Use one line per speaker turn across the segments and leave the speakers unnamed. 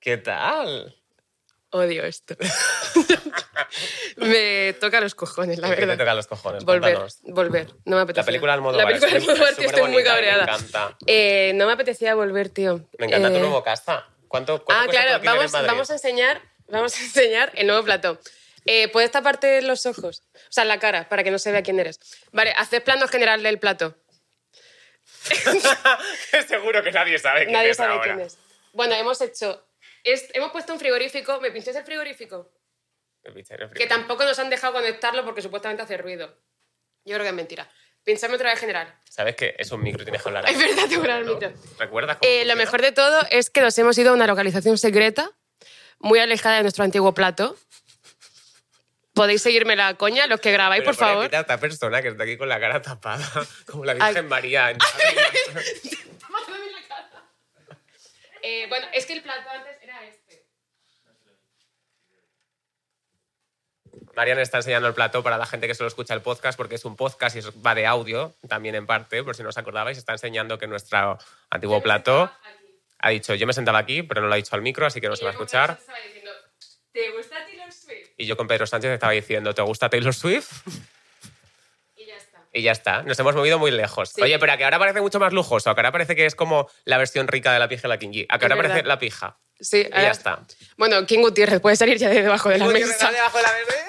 ¿Qué tal?
Odio esto. me toca los cojones, la
¿Qué te
verdad.
toca los cojones?
Volver,
Cuéntanos.
volver. No me apetece.
La película Almodóvar.
La película
es
Almodóvar,
súper
tío, estoy muy
bonita y
cabreada.
Me encanta.
Eh, no me apetecía volver, tío.
Me encanta
Eh,
tu nuevo casta. ¿Cuánto, cuánto cuesta
Ah,
tu
claro,
alquiler en
vamos,
Madrid?
vamos a enseñar, vamos a enseñar el nuevo plató. Eh, ¿Puedes taparte los ojos? O sea, la cara, para que no se vea quién eres. Vale, haces plano general del plato.
Seguro que nadie sabe quién
Nadie
es
sabe
ahora.
quién es. Bueno, hemos hecho... es- hemos puesto un frigorífico. ¿Me pinchas el frigorífico?
El misterio
Que
frío.
tampoco nos han dejado conectarlo porque supuestamente hace ruido. Yo creo que es mentira. Pinchame otra vez general.
¿Sabes que es un micro y tienes que hablar
Es
ahí,
verdad, te voy a dar el
¿no?
micro.
¿Recuerdas cómo
Eh, lo
funciona?
mejor de todo es que nos hemos ido a una localización secreta, muy alejada de nuestro antiguo plato. Podéis seguirme la coña, los que grabáis,
Pero
por favor.
quita a esta persona que está aquí con la cara tapada, como la
Ay.
Virgen María. en Fátima.
Eh, bueno, es que el plato antes era este.
Marian está enseñando el plato para la gente que solo escucha el podcast, porque es un podcast y eso va de audio también en parte, por si no os acordabais. Está enseñando que nuestro antiguo plato ha dicho: Yo me sentaba aquí, pero no lo ha dicho al micro, así que no se va a escuchar.
¿Te gusta Taylor Swift?
Y yo con Pedro Sánchez estaba diciendo: ¿Te gusta Taylor Swift?
Y ya está.
Y ya está, nos hemos movido muy lejos.
Sí.
Oye, pero a que ahora parece mucho más lujoso, a que ahora parece que es como la versión rica de la pija y la kingy, a que
Es
ahora parece
verdad.
la pija.
Sí,
Y ya está.
Bueno, King Gutiérrez puede salir ya de debajo de la mesa.
debajo de la mesa.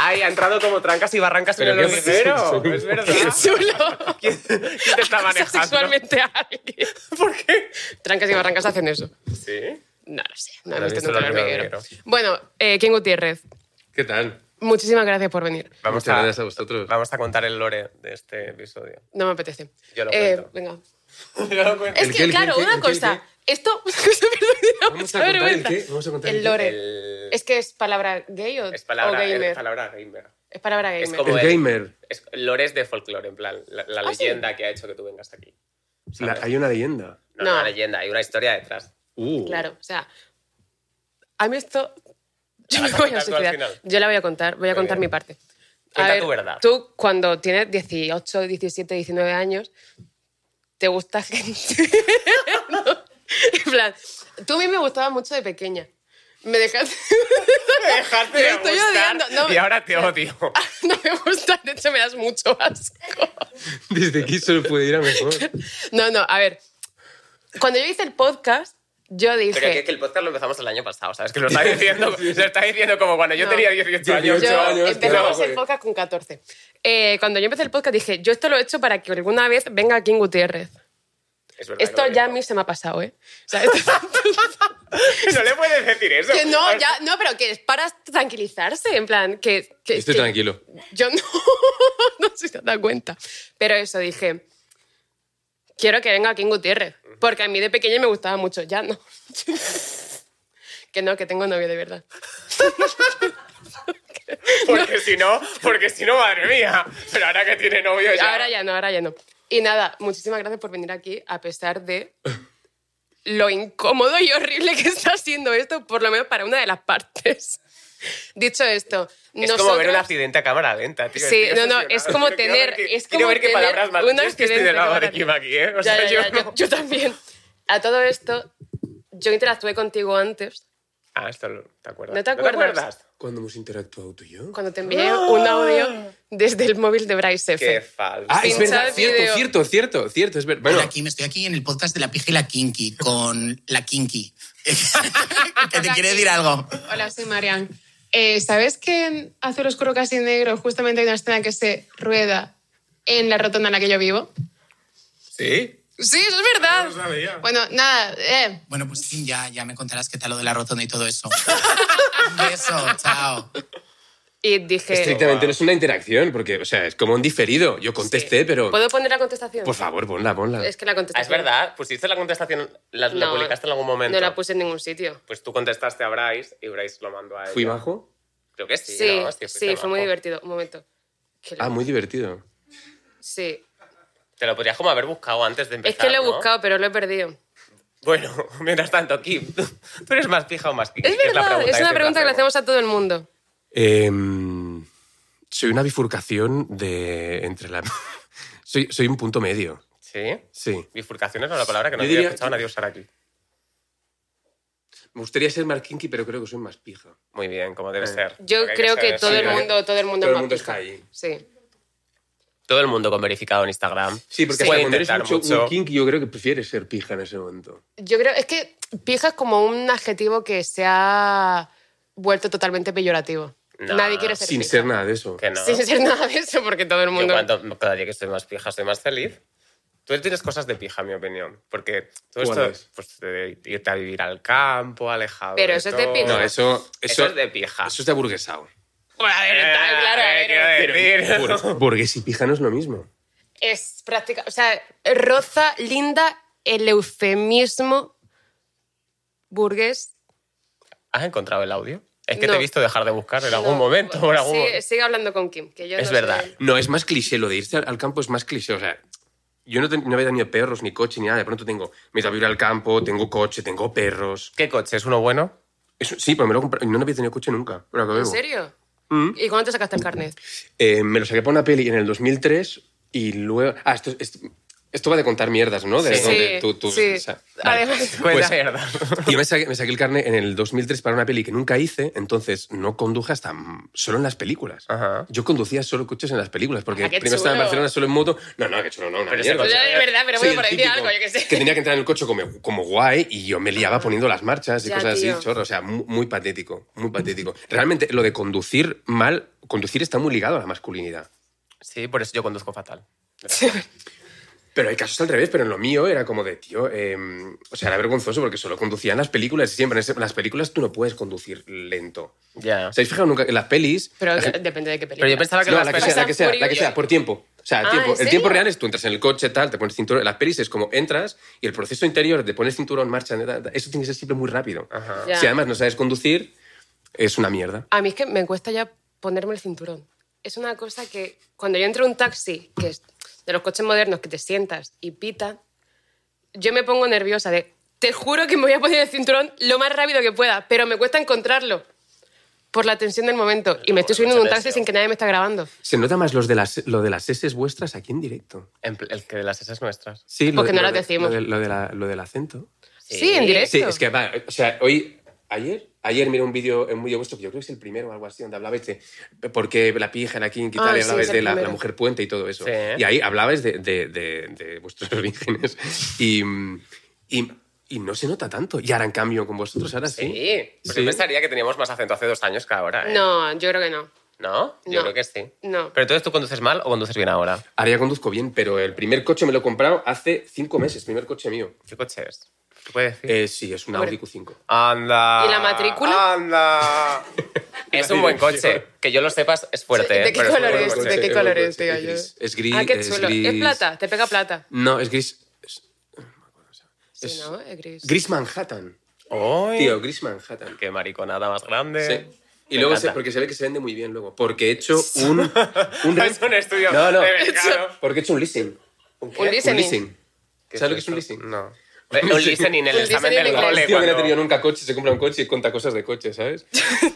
Ay, ha entrado como trancas y barrancas
Pero
en el
qué
hormiguero.
sexo.
Es verdad.
¡Qué chulo!
¿Quién, quién te está
Acosa
manejando?
sexualmente a alguien. ¿Por qué? Trancas y barrancas hacen eso.
Sí.
No lo sé. No,
No
no
he
estoy
visto
en otro
el hormiguero.
hormiguero. Bueno, eh, King Gutiérrez,
¿Qué tal?
muchísimas gracias por venir.
Vamos
Muchas
a,
gracias a vosotros.
Vamos a contar el lore de este episodio.
No me apetece. Eh,
Yo lo cuento.
Venga.
Yo lo cuento.
Es
¿El
que,
qué, el qué,
claro,
el qué,
una
el qué, el
cosa. Esto.
Vamos a contar el qué, vamos a contar
El
el
lore.
El-
¿Es que es palabra gay o,
Es palabra
o gamer?
Es palabra gamer.
Es palabra gamer.
Es como-
El
Joder.
gamer.
Es lores de folclore, en plan, la, la
Ah, sí.
leyenda que ha hecho que tú vengas aquí.
La-
¿sabes?
hay una leyenda.
No,
No.
no, una leyenda, hay una historia detrás.
Uh.
Claro, o sea. A mí esto. Yo,
vas
me
a
voy
contar
a
tú al
suicidar.
final?
Yo la voy a contar, voy a
Muy
contar
bien.
mi parte.
Cuenta tu verdad.
Tú, cuando tienes 18, 17, 19 años, te gusta gente. No, En plan, tú a mí me gustaba mucho de pequeña. Me dejaste.
Me dejaste
Yo
de
estoy
gustar
odiando, no.
y ahora te odio.
no me gusta, de hecho me das mucho asco.
Desde aquí solo puede ir a mejor.
No, no, a ver. Cuando yo hice el podcast, yo dije.
Pero que, que el podcast lo empezamos el año pasado, ¿sabes? Que lo está diciendo, lo está diciendo como cuando yo
No.
tenía 18 años.
Yo
18 años,
empezamos
claro.
el podcast con 14. Eh, cuando yo empecé el podcast dije, yo esto lo he hecho para que alguna vez venga King Gutiérrez.
Es verdad
Esto
que lo
ya a
digo.
mí se me ha pasado, ¿eh? O sea, esto-
No le puedes decir eso.
que no, ya, no, pero que es para tranquilizarse, en plan, que... que-
Estoy
que-
tranquilo.
Yo no, no sé si te has dado cuenta. Pero eso, dije, quiero que venga King Gutiérrez, porque a mí de pequeña me gustaba mucho, ya no. que no, que tengo novio de verdad.
Porque si no, porque si no, madre mía. Pero ahora que tiene novio ya.
Ahora ya no, ahora ya no. Y nada, muchísimas gracias por venir aquí, a pesar de lo incómodo y horrible que está siendo esto, por lo menos para una de las partes. Dicho esto,
Es como ver un accidente a cámara lenta, tío.
Sí,
Estoy
no, no,
obsesionado.
es como
Quiero ver
tener-
qué-
es
quiero
como
ver qué
tener
palabras más.
un
Yo es que estoy
accidente
del lado de
cámara.
Kim aquí, ¿eh? O
Ya,
sea,
ya, ya,
yo no-
yo, yo también. A todo esto, yo interactué contigo antes,
Ah, esto lo- te acuerdas.
¿No te acuerdas?
¿Cuándo hemos interactuado tú y yo?
cuando te envié
Ah.
un audio desde el móvil de Bryce F.
Qué falso.
Ah, es
Pincha
verdad,
el video.
cierto, cierto, cierto, cierto, es verdad.
Hola,
Bueno,
Kim, estoy aquí en el podcast de la pija y la kinky, con la kinky. que te quiere decir algo.
Hola, soy Marian. Eh, ¿Sabes que en Azul Oscuro Casi Negro justamente hay una escena que se rueda en la rotonda en la que yo vivo?
sí.
Sí, eso es verdad. bueno, nada, eh,
Bueno, pues Kim, ya, ya me contarás qué tal lo de la rotonda y todo eso. Un beso, chao.
Y dije...
Estrictamente no es una interacción, porque, o sea, es como un diferido. Yo contesté, pero.
¿Puedo poner la contestación?
Por favor, ponla, ponla.
Es que la
Ah, es
contestación...
verdad. Pusiste la contestación, la, la
No,
publicaste en algún momento.
No la puse en ningún sitio.
Pues tú contestaste a Bryce y Bryce lo mandó a él.
¿Fui bajo?
Creo que sí.
Sí,
¿no?
sí,
que fuiste
fue muy
bajo.
divertido. Un momento. Qué
Ah,
loco.
muy divertido.
Sí.
Te lo podrías como haber buscado antes de
Es
empezar.
que lo he
¿no?
buscado, pero lo he perdido.
Bueno, mientras tanto, Kim, ¿tú tú eres más pija o más kinky?
Es
Que la
verdad, es,
que
una
siempre
pregunta que le
hacemos.
hacemos a todo el mundo.
Em, soy una bifurcación de. entre la. soy, soy un punto medio.
Sí.
Sí.
Bifurcación es una palabra que no
Yo
había
diría-
escuchado a nadie usar aquí.
Me gustaría ser más kinky, pero creo que soy más pija.
Muy bien, como debe
Eh.
ser.
Yo
Porque hay
creo que
ser
todo
así,
el
¿eh?
mundo, todo el mundo
Todo el
es
mundo
más
está
pija.
ahí.
Sí.
Todo el mundo con verificado en Instagram.
Sí, porque
Se
hasta
puede
cuando eres
intentar
mucho,
mucho.
muy kinky, yo creo que prefieres ser pija en ese momento.
Yo creo, es que pija es como un adjetivo que se ha vuelto totalmente peyorativo.
No,
Nadie quiere ser
Sin
pija.
ser nada de eso.
Que no.
Sin ser nada de eso, porque todo el
Yo
mundo...
cuanto, cada día que estoy más pija, estoy más feliz. Tú tienes cosas de pija, en mi opinión. Porque todo esto
¿Cuáles?
pues, de irte a vivir al campo, alejado.
Pero
de
eso es de
todo.
pija.
No, eso,
Eso
eso,
es de pija.
eso es de burguesado.
Bueno, a ver, está claro, a
Eh,
ver,
quiero decir.
Bur- burgués y pija no es lo mismo.
Es práctica, o sea, roza, linda, el eufemismo burgués.
¿Has encontrado el audio? Es que te
No.
he visto dejar de buscar en algún
No,
momento. o en algún
Sigue,
momento.
sigue hablando con Kim, que yo
Es
no sé-
verdad.
No, es más cliché. Lo de irse al, al campo es más cliché. O sea, yo no, ten- no había tenido perros, ni coche, ni nada. De pronto tengo. Me he ido a vivir al campo, tengo coche, tengo perros.
¿Qué coche? ¿Es uno bueno?
Eso, sí, pero me lo compré. No, no había tenido coche nunca. me lo acabo de-
¿En serio?
Mm.
¿Y cuándo te sacaste el carnet?
Eh, me lo saqué para una peli en el 2003 y luego. Ah, esto, esto, esto va de contar mierdas, ¿no? De
Sí.
donde tú- tú-
sí.
o sea, vale.
Además,
Cuenta
Pues-
mierda.
Yo me saqué, me saqué el carne en el 2003 para una peli que nunca hice, entonces no conduje hasta mm, solo en las películas.
Ajá.
Yo conducía solo coches en las películas, porque
Ah, qué
primero estaba en
chulo.
Barcelona solo en moto. No, no, que chulo, no, una
Pero ese
mierda.
coche-
Yo de verdad, pero
Soy
bueno, por
Pues, el
decir
típico
algo, yo qué sé.
que tenía que entrar en el coche como, como guay y yo me liaba poniendo las marchas y
Ya,
cosas
tío.
así, chorro. O sea, mu- muy, patético, muy patético. Realmente lo de conducir mal, conducir está muy ligado a la masculinidad.
Sí, por eso yo conduzco fatal.
Pero hay casos al revés, pero en lo mío era como de, tío, eh, o sea, era vergonzoso porque solo conducía en las películas y siempre en ese- en las películas tú no puedes conducir lento.
Ya.
¿Os habéis fijado nunca que en las pelis?
Pero
la
de-
gente-
depende de qué película.
Pero yo pensaba que
No,
las
la que sea,
personas-
la que sea, la que sea, por tiempo. O sea,
Ah,
tiempo.
¿en
el tiempo
serio?
real es tú entras en el coche, tal, te pones cinturón. En las pelis es como entras y el proceso interior de poner cinturón, marcha, ta, ta, eso tiene que ser siempre muy rápido.
Ajá.
Ya.
Si además no sabes conducir, es una mierda.
A mí es que me cuesta ya ponerme el cinturón. Es una cosa que cuando yo entro en un taxi, que es de los coches modernos que te sientas y pita, yo me pongo nerviosa de, te juro que me voy a poner el cinturón lo más rápido que pueda, pero me cuesta encontrarlo por la tensión del momento. Y me estoy subiendo en un taxi sin que nadie me está grabando.
Se nota más los de las, lo de las S vuestras aquí en directo.
En pl- El que de las esas nuestras.
Sí,
Porque
de-
no las
de-
decimos.
Lo, de- lo de la- lo del acento.
Sí, en directo.
Sí, es que va, o sea, hoy, ayer, ayer miré un vídeo, un vídeo vuestro que yo creo que es el primero o algo así, donde hablabais de por qué la pija, la kinky y
Ah,
tal, y
sí,
hablabais
es el
de la,
primero.
la mujer puente y todo eso.
Sí.
Y ahí hablabais de, de- de- de vuestros orígenes y, y, y no se nota tanto. Y ahora, en cambio, con vosotros ahora sí.
Pues
Sí.
Yo pensaría que teníamos más acento hace dos años que ahora. ¿eh?
No, yo creo que no.
¿No? Yo
No.
creo que sí.
No.
Pero entonces tú conduces mal o conduces bien ahora.
Ahora ya conduzco bien, pero el primer coche me lo he comprado hace cinco meses, primer coche mío.
¿Qué coche es? ¿Qué puedes decir?
Eh, sí, es un
Hombre.
Audi Q5.
Anda.
¿Y la matrícula?
Anda. es un buen coche. Que yo lo sepas es fuerte.
¿De
¿eh?
qué
Pero es un
color
buen
es?
coche.
¿De qué
es
color
buen
es,
coche,
digo
es
yo?
gris, es gris,
Ah, qué
es
chulo. Es
gris.
plata, te pega plata.
No, es gris. es-
Sí,
Es-
¿no? Es gris.
Gris Manhattan.
¡Ay!
Tío, Gris Manhattan.
Qué mariconada más grande.
Sí. Y luego, se-
se...
porque se ve que se vende muy bien luego. Porque he hecho un. un re-
Es un estudio
No, no.
de mercado.
Porque he hecho un leasing.
Un
Un
listening.
leasing. ¿Sabes lo que es un leasing?
No. Un listening en el
Un
examen
listening
del
en
Claro,
cole.
el tío que no ha
cuando-
tenido nunca coche se compra un coche y cuenta cosas de coche, ¿sabes?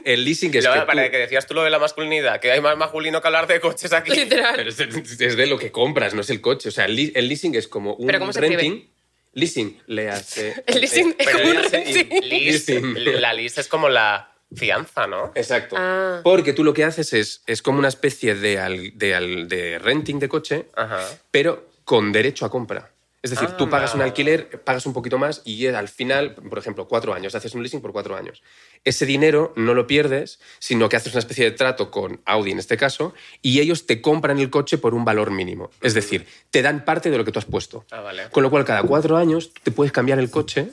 El leasing es.
Lo-
que
para
tú-
que decías tú lo de la masculinidad, que hay más masculino que hablar de coches aquí.
Literal.
Pero es de, es de lo que compras, no es el coche. O sea, el, li- el leasing es como un
¿Pero cómo se
renting. Leasing le hace. este,
El leasing es
Pero
como un
ya sé,
renting.
Lis-
Leasing.
la lista es como la fianza, ¿no?
Exacto.
Ah.
Porque tú lo que haces es, es como una especie de, al- de, al- de renting de coche,
Ajá.
pero con derecho a compra. Es decir, tú
Anda.
pagas un alquiler, pagas un poquito más y al final, por ejemplo, cuatro años, haces un leasing por cuatro años. Ese dinero no lo pierdes, sino que haces una especie de trato con Audi en este caso, y ellos te compran el coche por un valor mínimo. Es decir, te dan parte de lo que tú has puesto.
Ah, vale.
Con lo cual, cada cuatro años tú te puedes cambiar el coche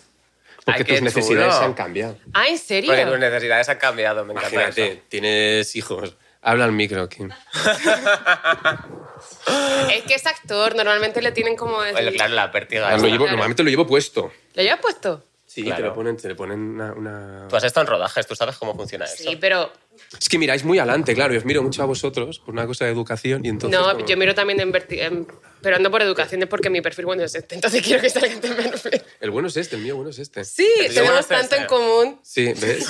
porque
Ay, qué
tus necesidades
chulo.
han cambiado.
Ah, ¿en serio?
Porque tus necesidades han cambiado, me encanta
Imagínate,
eso.
tienes hijos. Habla al micro, Kim.
Es que es actor, normalmente le tienen como... el-
Bueno, claro, la vértiga.
Lo
esa.
llevo-
claro.
normalmente lo llevo puesto.
¿Lo llevas puesto?
Sí,
Claro.
te lo ponen, te le ponen una, una-
Tú has estado en rodajes, tú sabes cómo funciona
Sí,
eso.
pero...
Es que miráis muy adelante, claro. Y os miro mucho a vosotros por una cosa de educación y entonces...
no,
como-
yo miro también en, verti- en- Pero no por educación, es porque mi perfil bueno es este, entonces quiero que salga este perfil.
El bueno es este, el mío bueno es este.
Sí,
Pero yo bueno,
tenemos
este,
tanto
este.
en común.
Sí, ¿ves?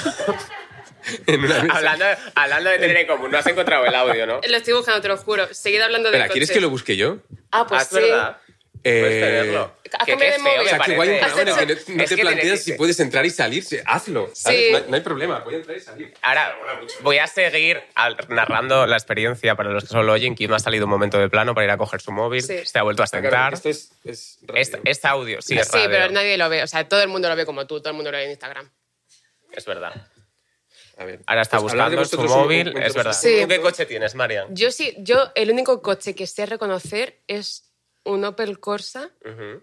en una mesa.
Hablando, hablando de tener en común, no has encontrado el audio, ¿no?
Lo estoy buscando, te lo juro. Seguid hablando de
Espera, ¿quieres que lo busque yo?
Ah, pues
Ah, es
sí.
verdad.
Eh,
Puedes tenerlo.
¿has
Que-
comido
que
de
es
móvil?
feo,
O
me
sea, que igual hay un
parece.
programa que no, no
Es
te
que
planteas
tienes-
si puedes entrar y salir. sí, hazlo, ¿sabes?
Sí.
No, hay, no hay problema, voy a entrar y salir.
Ahora voy a seguir al- narrando la experiencia para los que solo oyen. Kim ha salido un momento de plano para ir a coger su móvil.
Sí.
Se ha vuelto a
Ah, claro,
sentar.
Esto es, es rápido.
Es, es audio, sí,
Sí,
es radio.
pero nadie lo ve. O sea, todo el mundo lo ve como tú, todo el mundo lo ve en Instagram.
Es verdad.
A ver.
Ahora está
Pues hablar de
buscando su
vosotros un-
móvil.
entre
Es verdad.
vosotros.
Sí.
¿Tú qué coche tienes, Marian?
Yo sí, yo el único coche que sé reconocer es un Opel Corsa.
Ujú.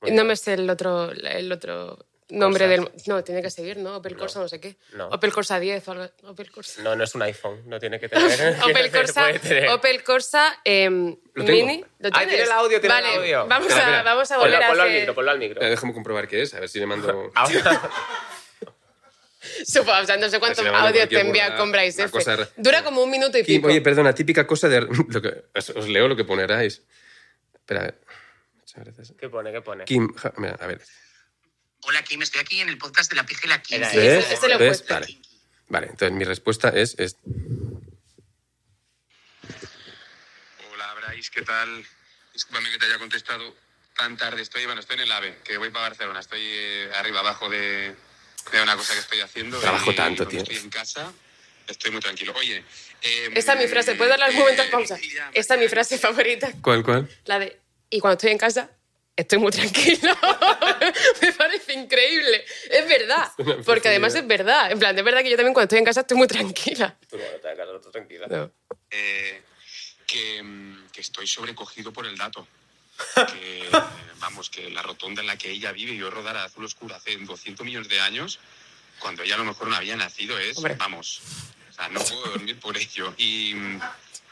Muy
No me sé el otro, el otro nombre
Corsa.
del... No, tiene que seguir, ¿no? Opel Corsa no sé qué.
No.
Opel Corsa 10 o algo. Opel Corsa...
No, no es un iPhone. No tiene que tener.
Opel Corsa,
Puede tener.
Opel Corsa eh,
tengo.
Mini. ¿Lo
Ah, tiene
tienes?
el audio, tiene el
Vale,
audio.
Vamos,
Espera,
a,
espera.
vamos a
Ponlo,
volver
ponlo
a
al
hacer...
micro, ponlo al micro.
Eh, Déjame comprobar qué es, a ver si le mando.
Ahora-
Supongo, o sea, no sé
Pues
cuántos
Se llama
audios te
cualquier
envía
burla,
con Bryce
una
F.
cosa re-
Dura como un minuto y
Kim,
pico.
oye, perdona, típica cosa de. lo que- os, os leo lo que poneráis. Espera, a ver. Muchas gracias.
¿Qué pone? ¿Qué pone?
Kim, ja- mira, a ver.
Hola, Kim, estoy aquí en el podcast de la pija y la Kinky.
Era
Sí, eso. ese- ese lo he
¿Ves?
puesto.
Vale. Vale, entonces mi respuesta es. es-
Hola, Bryce, ¿qué tal? Discúlpame que te haya contestado tan tarde. Estoy, bueno, estoy en el AVE, que voy para Barcelona. Estoy eh, arriba, abajo de, de una cosa que estoy haciendo.
Trabajo
y,
tanto,
cuando
tío.
Estoy en casa, estoy muy tranquilo. Oye... eh,
Esta es mi frase. ¿Puedes darle algún momento de pausa?
Cecilia,
Esta es mi frase favorita.
¿Cuál, cuál?
La de... Y cuando estoy en casa, estoy muy tranquilo. Me parece increíble. Es verdad. Porque además es verdad. En plan, es verdad que yo también cuando estoy en casa estoy muy tranquila.
Tú no, te hagas, tú tranquila.
eh, que, mm, que estoy sobrecogido por el dato. Que, eh, vamos, que la rotonda en la que ella vive y yo rodar a azul oscuro hace 200 millones de años, cuando ella a lo mejor no había nacido, es,
Hombre.
vamos, o sea, no puedo dormir por ello. Y mm,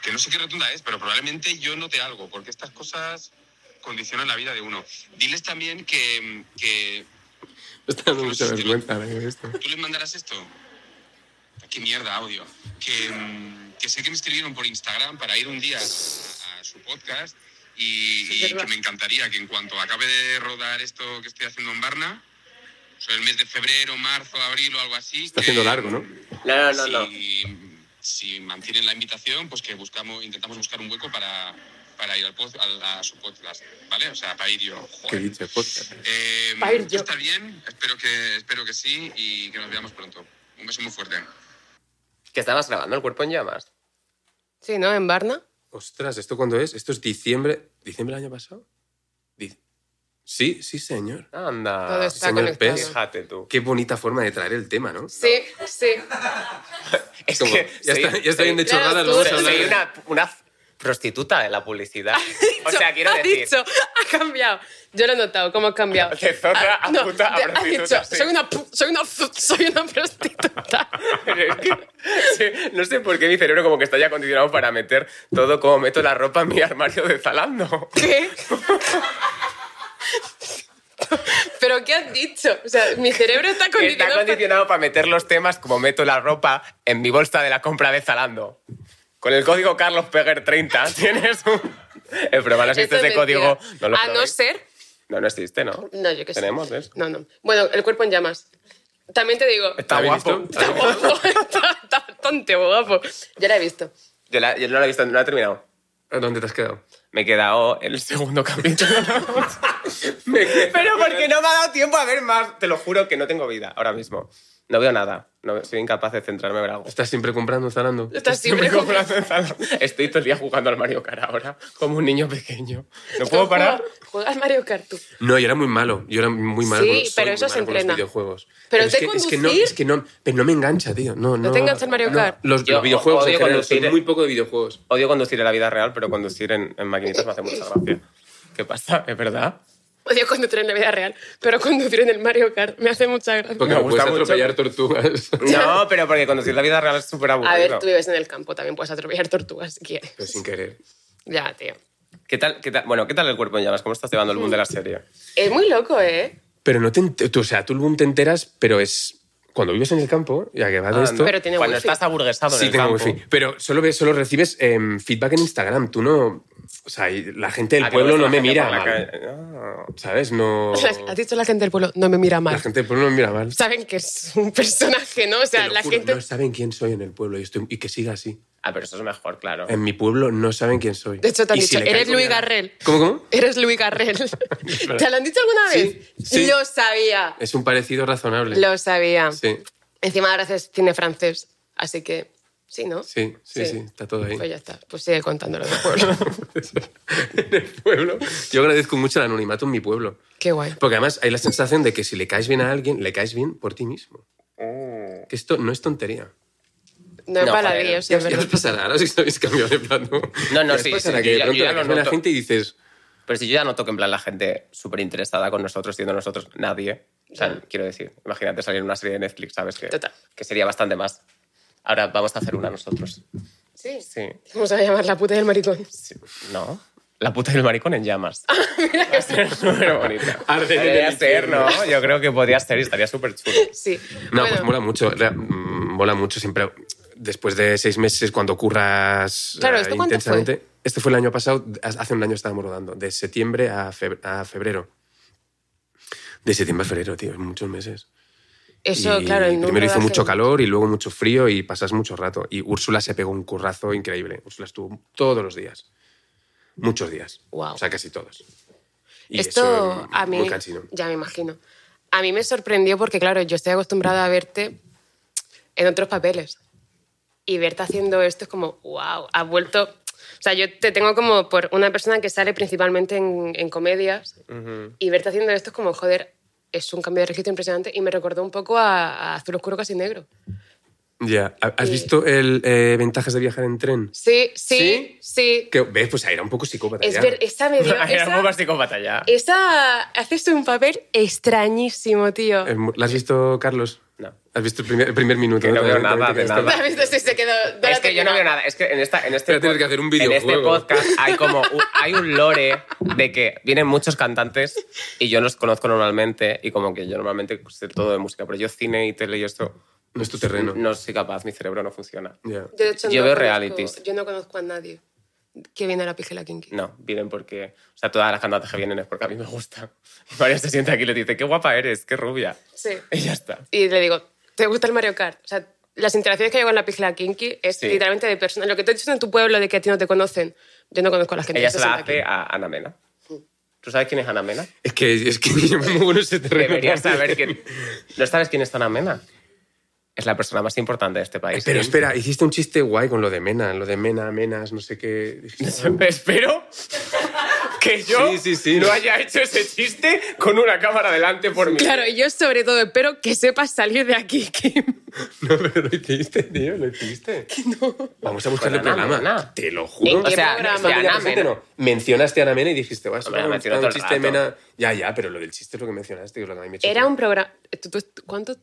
que no sé qué rotonda es, pero probablemente yo note algo, porque estas cosas condicionan la vida de uno. Diles también que, mm, que
Me está dando mucha vergüenza ahora con esto.
¿Tú les mandarás esto? Qué mierda, audio. Que, mm, que sé que me escribieron por Instagram para ir un día a, a su podcast y,
Es
y
verdad.
que me encantaría que en cuanto acabe de rodar esto que estoy haciendo en Barna, o sea, el mes de febrero, marzo, abril o algo así.
Está haciendo largo, ¿no?
No, no, no. no.
Si, si mantienen la invitación, pues que buscamos, intentamos buscar un hueco para, para ir al pod- al- a su podcast, ¿vale? O sea, para ir yo. Joder.
Qué dicho, podcast.
Eh,
Pa' ir yo.
Está bien, espero que, espero que sí y que nos veamos pronto. Un beso muy fuerte.
Que estabas grabando el cuerpo en llamas.
Sí, ¿no? En Barna.
Ostras, ¿esto cuándo es? Esto es diciembre. ¿Diciembre del año pasado? Di- Sí, sí, señor.
Anda.
Todo está
señor
conectado.
Pez.
Fíjate tú.
Qué bonita forma de traer el tema, ¿no?
Sí, sí.
Es
Como, ya,
soy-
está, ya está bien de
sí. Claro,
chorradas,
tú-
luego se
soy-
habla
soy
de-
una, una prostituta de la publicidad. o sea, quiero
ha
decir.
dicho, ha cambiado. Yo lo he notado, cómo ha cambiado.
De zorra a puta a
de- Ah, ha
prostituta,
dicho,
sí.
soy una, pu- soy una, fu- soy una prostituta.
Pero es que- sí, no sé por qué mi cerebro como que está ya condicionado para meter todo como meto la ropa en mi armario de Zalando.
¿Qué? ¿Pero qué has dicho? O sea, mi cerebro está
Está
condicionado. para-
condicionado para meter los temas como meto la ropa en mi bolsa de la compra de Zalando. Con el código Carlos Peguer 30 tienes un... Es broma, no existe
Esto
ese
es
código.
mentira.
No lo
a no
probéis.
ser.
No, no existe, ¿no?
No, yo qué sé.
Tenemos, ¿ves?
No, no. Bueno, el cuerpo en llamas. También te digo.
Está
¿Habéis
guapo.
visto?
Está guapo. Está, está bastante guapo. Yo la he visto.
Yo, la- yo no lo he visto, no lo he terminado.
¿A ¿Dónde te has quedado?
Me he quedado en el segundo capítulo. Pero porque no me ha dado tiempo a ver más. Te lo juro que no tengo vida ahora mismo. No veo nada. No, soy incapaz de centrarme en ver algo.
¿Estás siempre comprando, Zalando?
Estás siempre
Me
con...
como la manzana. Estoy todo el día jugando al Mario Kart ahora, como un niño pequeño. No puedo parar.
Juega al Mario Kart tú.
No, yo era muy malo. Yo era muy malo.
Sí,
con- soy
pero
muy
eso se
malo con
entrena.
los videojuegos.
Pero el
es
de
que, es que no,
conducir-
es que no, pero no me engancha, tío. No, no,
te engancha el Mario
no.
Kart?
los,
Yo
los videojuegos
odio
en general, soy
conducir, ¿eh?
muy poco de videojuegos.
Odio conducir en la vida real, pero conducir en, en maquinitas me hace mucha gracia. ¿Qué pasa? ¿Es verdad?
Odio conducir en la vida real, pero conducir en el Mario Kart me hace mucha gracia.
Porque
Me
me,
gusta
puedes
mucho.
atropellar tortugas.
No, pero porque conducir la vida real es súper aburrido.
A ver, tú vives en el campo, también puedes atropellar tortugas si quieres.
Pero pues sin querer.
Ya, tío.
¿Qué tal, qué tal- Bueno, ¿qué tal el cuerpo en llamas? ¿Cómo estás llevando el mundo de la serie?
Es muy loco, ¿eh?
Pero no te... ent- Tú, o sea, tú el boom te enteras, pero es... Cuando vives en el campo, ya que va
Ah,
de esto...
Pero tiene
Cuando
wifi.
estás aburguesado en
Sí,
el
tengo
campo.
wifi. Pero solo, ves, solo recibes em, feedback en Instagram. Tú no... O sea, y la gente
¿A
del
Ah, que
pueblo
ves a
no
la
me
gente
mira
por la
mal.
calle? No.
¿Sabes? No...
Has dicho la gente del pueblo, no me mira
La
mal.
gente del pueblo no me mira mal.
Saben que es un personaje, ¿no? O sea,
Te lo
la
juro,
gente...
no saben quién soy en el pueblo y, estoy- y que siga así.
Ah, pero eso es mejor, claro.
En mi pueblo no saben quién soy.
De hecho, te han
Y si
dicho,
le caigo
eres Luis
bien a-
Garrel.
¿Cómo, cómo?
Eres Luis Garrel. ¿Te lo han dicho alguna
Sí,
vez?
sí.
Lo sabía.
Es un parecido razonable.
Lo sabía.
Sí,
Encima ahora haces cine francés, así que sí, ¿no?
sí, sí, sí,
Sí.
está todo ahí.
Pues ya está. Pues sigue contándolo del pueblo.
en el pueblo. Yo agradezco mucho el anonimato en mi pueblo.
Qué guay.
Porque además hay la sensación de que si le caes bien a alguien, le caes bien por ti mismo. Que esto no es tontería.
No es
No,
para
joder.
Dios, sí, Oh.
Ya,
es
ya os
verdad.
pasará, ahora sí que habéis cambiado de plato.
No, no,
Ya os
sí,
pasará
sí,
que
yo
de
ya- yo ya lo
pronto le caes bien a la
noto.
gente y dices,
Pero si yo ya noto que en plan la gente súper interesada con nosotros, siendo nosotros nadie. O sea, quiero decir, imagínate salir en una serie de Netflix, ¿sabes? Que,
Total.
que sería bastante más. Ahora vamos a hacer una nosotros.
Sí.
Sí.
Vamos a llamar la puta del maricón.
sí. ¿No. La puta del maricón en llamas. Va a ser súper bonita.
Arden en el
Podría ser,
infierno.
¿no? Yo creo que podría ser y estaría súper chulo.
Sí.
No,
Bueno,
pues mola mucho. la- mm, mola mucho siempre. Después de seis meses, cuando curras
Claro,
eh,
¿esto cuánto fue?
intensamente. Este fue el año pasado. ha- Hace un año estábamos rodando. De septiembre a, feb- a febrero. De septiembre a febrero, tío. Muchos meses.
Eso,
Y
claro. en un
primero hizo
rodaje-
mucho calor y luego mucho frío y pasas mucho rato. Y Úrsula se pegó un currazo increíble. Úrsula estuvo todos los días. Muchos días.
Guau.
O sea, casi todos. Y
Esto
eso,
a mí.
Muy cansino.
Ya me imagino. A mí me sorprendió porque, claro, yo estoy acostumbrada a verte en otros papeles. Y verte haciendo esto es como, wow, has vuelto. O sea, yo te tengo como por una persona que sale principalmente en, en comedias. Y verte haciendo esto es como, joder, es un cambio de registro impresionante. Y me recordó un poco a, a Azul Oscuro Casi Negro.
Ya. ¿Has
Y-
visto el eh, ventajas de viajar en tren?
Sí, sí,
¿Sí?
sí.
Que, ¿Ves? Pues era un poco psicópata.
Es
ya.
ver, esa me dio.
Era un
esa-
poco psicópata ya.
Esa haces un papel extrañísimo, tío.
Eh, ¿La has visto, Carlos?
No.
¿Has visto el primer, el primer minuto?
Que no veo
Te- te-
nada
te-
de
te-
nada.
¿Has visto si se quedó? no
Es
la
que yo no
terminaba.
veo nada. Es que en, esta, en este
Voy a tener
pod-
que hacer un
en este
videojuego.
podcast hay como un, hay un lore de que vienen muchos cantantes y yo los conozco normalmente y como que yo normalmente pues, sé todo de música, pero yo cine y tele y esto
No es tu terreno.
no soy capaz, mi cerebro no funciona.
Ya.
Yo, de hecho,
Yo
no
veo
conozco-
realities.
Yo no conozco a nadie que viene a la pijela kinky.
No, vienen porque, o sea, todas las cantantes que vienen es porque a mí me gusta. Y María se siente aquí y le dice, qué guapa eres, qué rubia.
Sí.
Y ya está.
Y le digo, ¿te gusta el Mario Kart? O sea, las interacciones que hay con la pijela kinky es
Sí.
literalmente de personas. Lo que te he dicho en tu pueblo de que a ti no te conocen, yo no conozco a la gente.
Ella
que
se
está
la
aquí.
hace a Ana Mena. ¿Tú sabes quién es Ana Mena?
Es que, es que yo me muevo en ese terreno.
Deberías
también.
saber quién. ¿No sabes quién es Ana Mena? Es la persona más importante de este país.
Pero espera, hiciste un chiste guay con lo de Mena, lo de Mena, Menas, no sé qué. Dijiste-
Espero que yo
Sí, sí, sí.
no haya hecho ese chiste con una cámara delante por mí.
Claro, y yo sobre todo espero que sepas salir de aquí, Kim.
No, pero lo hiciste, tío, lo hiciste. Vamos a buscar el
Con Pues Ana
programa.
Mena.
Te lo
¿En
juro.
qué
O sea,
programa?
esto lo diga
Ana
la gente,
Mena.
no. Mencionaste a Ana Mena y dijiste, vas,
Hombre, la
vamos a
menciono
buscar un
todo el
chiste de
rato.
Mena. Ya, ya, pero lo del chiste es lo que mencionaste, que es lo que a mí me chocó.
Era un programa. ¿Tú- tú- tú- ¿Cuánto?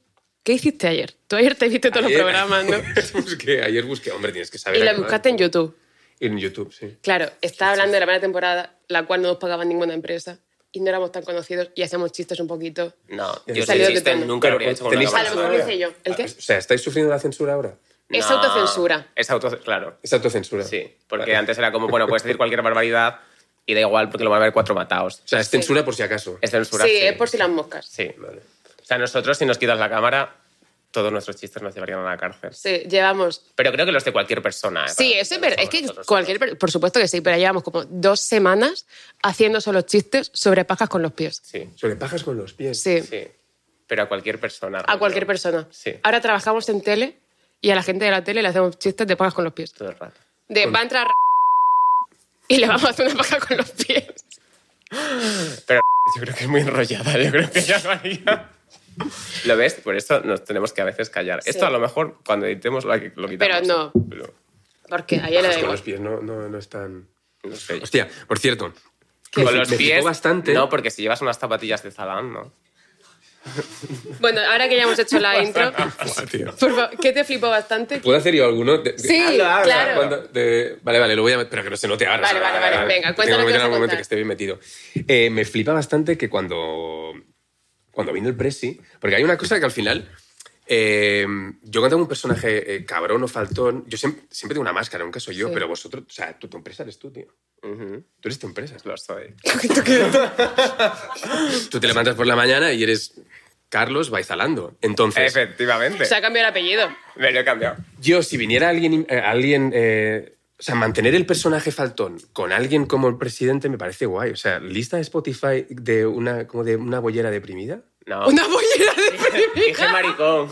¿Qué hiciste ayer? Tú ayer te viste todos
Ayer-
los programas, ¿no?
busqué, ayer busqué, hombre, tienes que saber. ¿eh?
y la
acabar.
buscaste en YouTube.
En YouTube, sí.
Claro, estaba hablando de la primera temporada, la cual no nos pagaba ninguna empresa y no éramos tan conocidos y hacíamos chistes un poquito.
No,
Ya
yo
está.
ese
Salió de
chiste
tono.
nunca lo habría
Pero
hecho con una
A
tenéis-
cámara.
lo mejor lo hice yo. ¿El qué?
Ah, O sea, ¿estáis sufriendo la censura ahora?
Es
No,
autocensura.
Es auto, claro.
Es autocensura.
Sí, porque
Vale.
antes era como, bueno, puedes decir cualquier barbaridad y da igual porque lo van a ver cuatro matados.
O sea, es censura por si acaso.
Es censura.
Sí, es por si las moscas.
Sí. O sea, nosotros, si nos quitas la cámara, todos nuestros chistes nos llevarían a la cárcel.
Sí, llevamos.
Pero creo que los de cualquier persona. ¿eh?
Sí,
Para-
ese,
para
pero es que
nosotros,
cualquier. per- Por supuesto que sí, pero llevamos como dos semanas haciendo solo chistes sobre pajas con los pies.
Sí,
Sobre pajas con los pies.
Sí,
sí. Pero a cualquier persona.
a
rollo.
cualquier persona.
Sí.
Ahora trabajamos en tele y a la gente de la tele le hacemos chistes de pajas con los pies.
Todo el rato.
De va a entrar y le vamos a hacer una paja con los pies.
Pero yo creo que es muy enrollada. Yo creo que ya lo haría. ¿Lo ves? Por eso nos tenemos que a veces callar.
Sí.
Esto a lo mejor cuando editemos lo, lo quitamos.
Pero no.
Pero,
Porque ayer le da
Pajas con
igual.
los pies, no, no, no es tan...
no sé.
Hostia, por cierto,
Con
me-
los
me
pies.
flipó bastante.
No, porque si llevas unas zapatillas de Zalán, ¿no?
Bueno, ahora que ya hemos hecho la intro,
Buah, tío.
por favor, que te flipó bastante.
Pues,
¿Puedo hacer yo alguno? De- de-
Sí,
habla, habla.
claro.
Cuando- de- Vale, vale, lo voy a... Pero que no se note ahora.
Vale,
o sea,
vale, vale,
ahora
venga,
tengo
cuéntalo que
que meter
vas a
algún momento
contar.
que esté bien metido. Eh, me flipa bastante que cuando... Cuando vino el Presi... Porque hay una cosa que al final... eh, yo cuando tengo un personaje eh, cabrón o faltón, yo siempre, siempre tengo una máscara, nunca soy yo,
Sí.
pero vosotros, o sea, tu, tu empresa eres tú, tío.
Ujú,
Tú eres tu empresa.
Lo soy.
Tú te levantas por la mañana y eres Carlos Baizalando. Entonces,
Efectivamente.
Se ha cambiado el apellido.
Me lo he cambiado.
yo si viniera alguien, eh, alguien eh, o sea, mantener el personaje faltón con alguien como el presidente me parece guay. O sea, lista de Spotify de una, como de una bollera deprimida.
No.
Una bollera de
Dije maricón.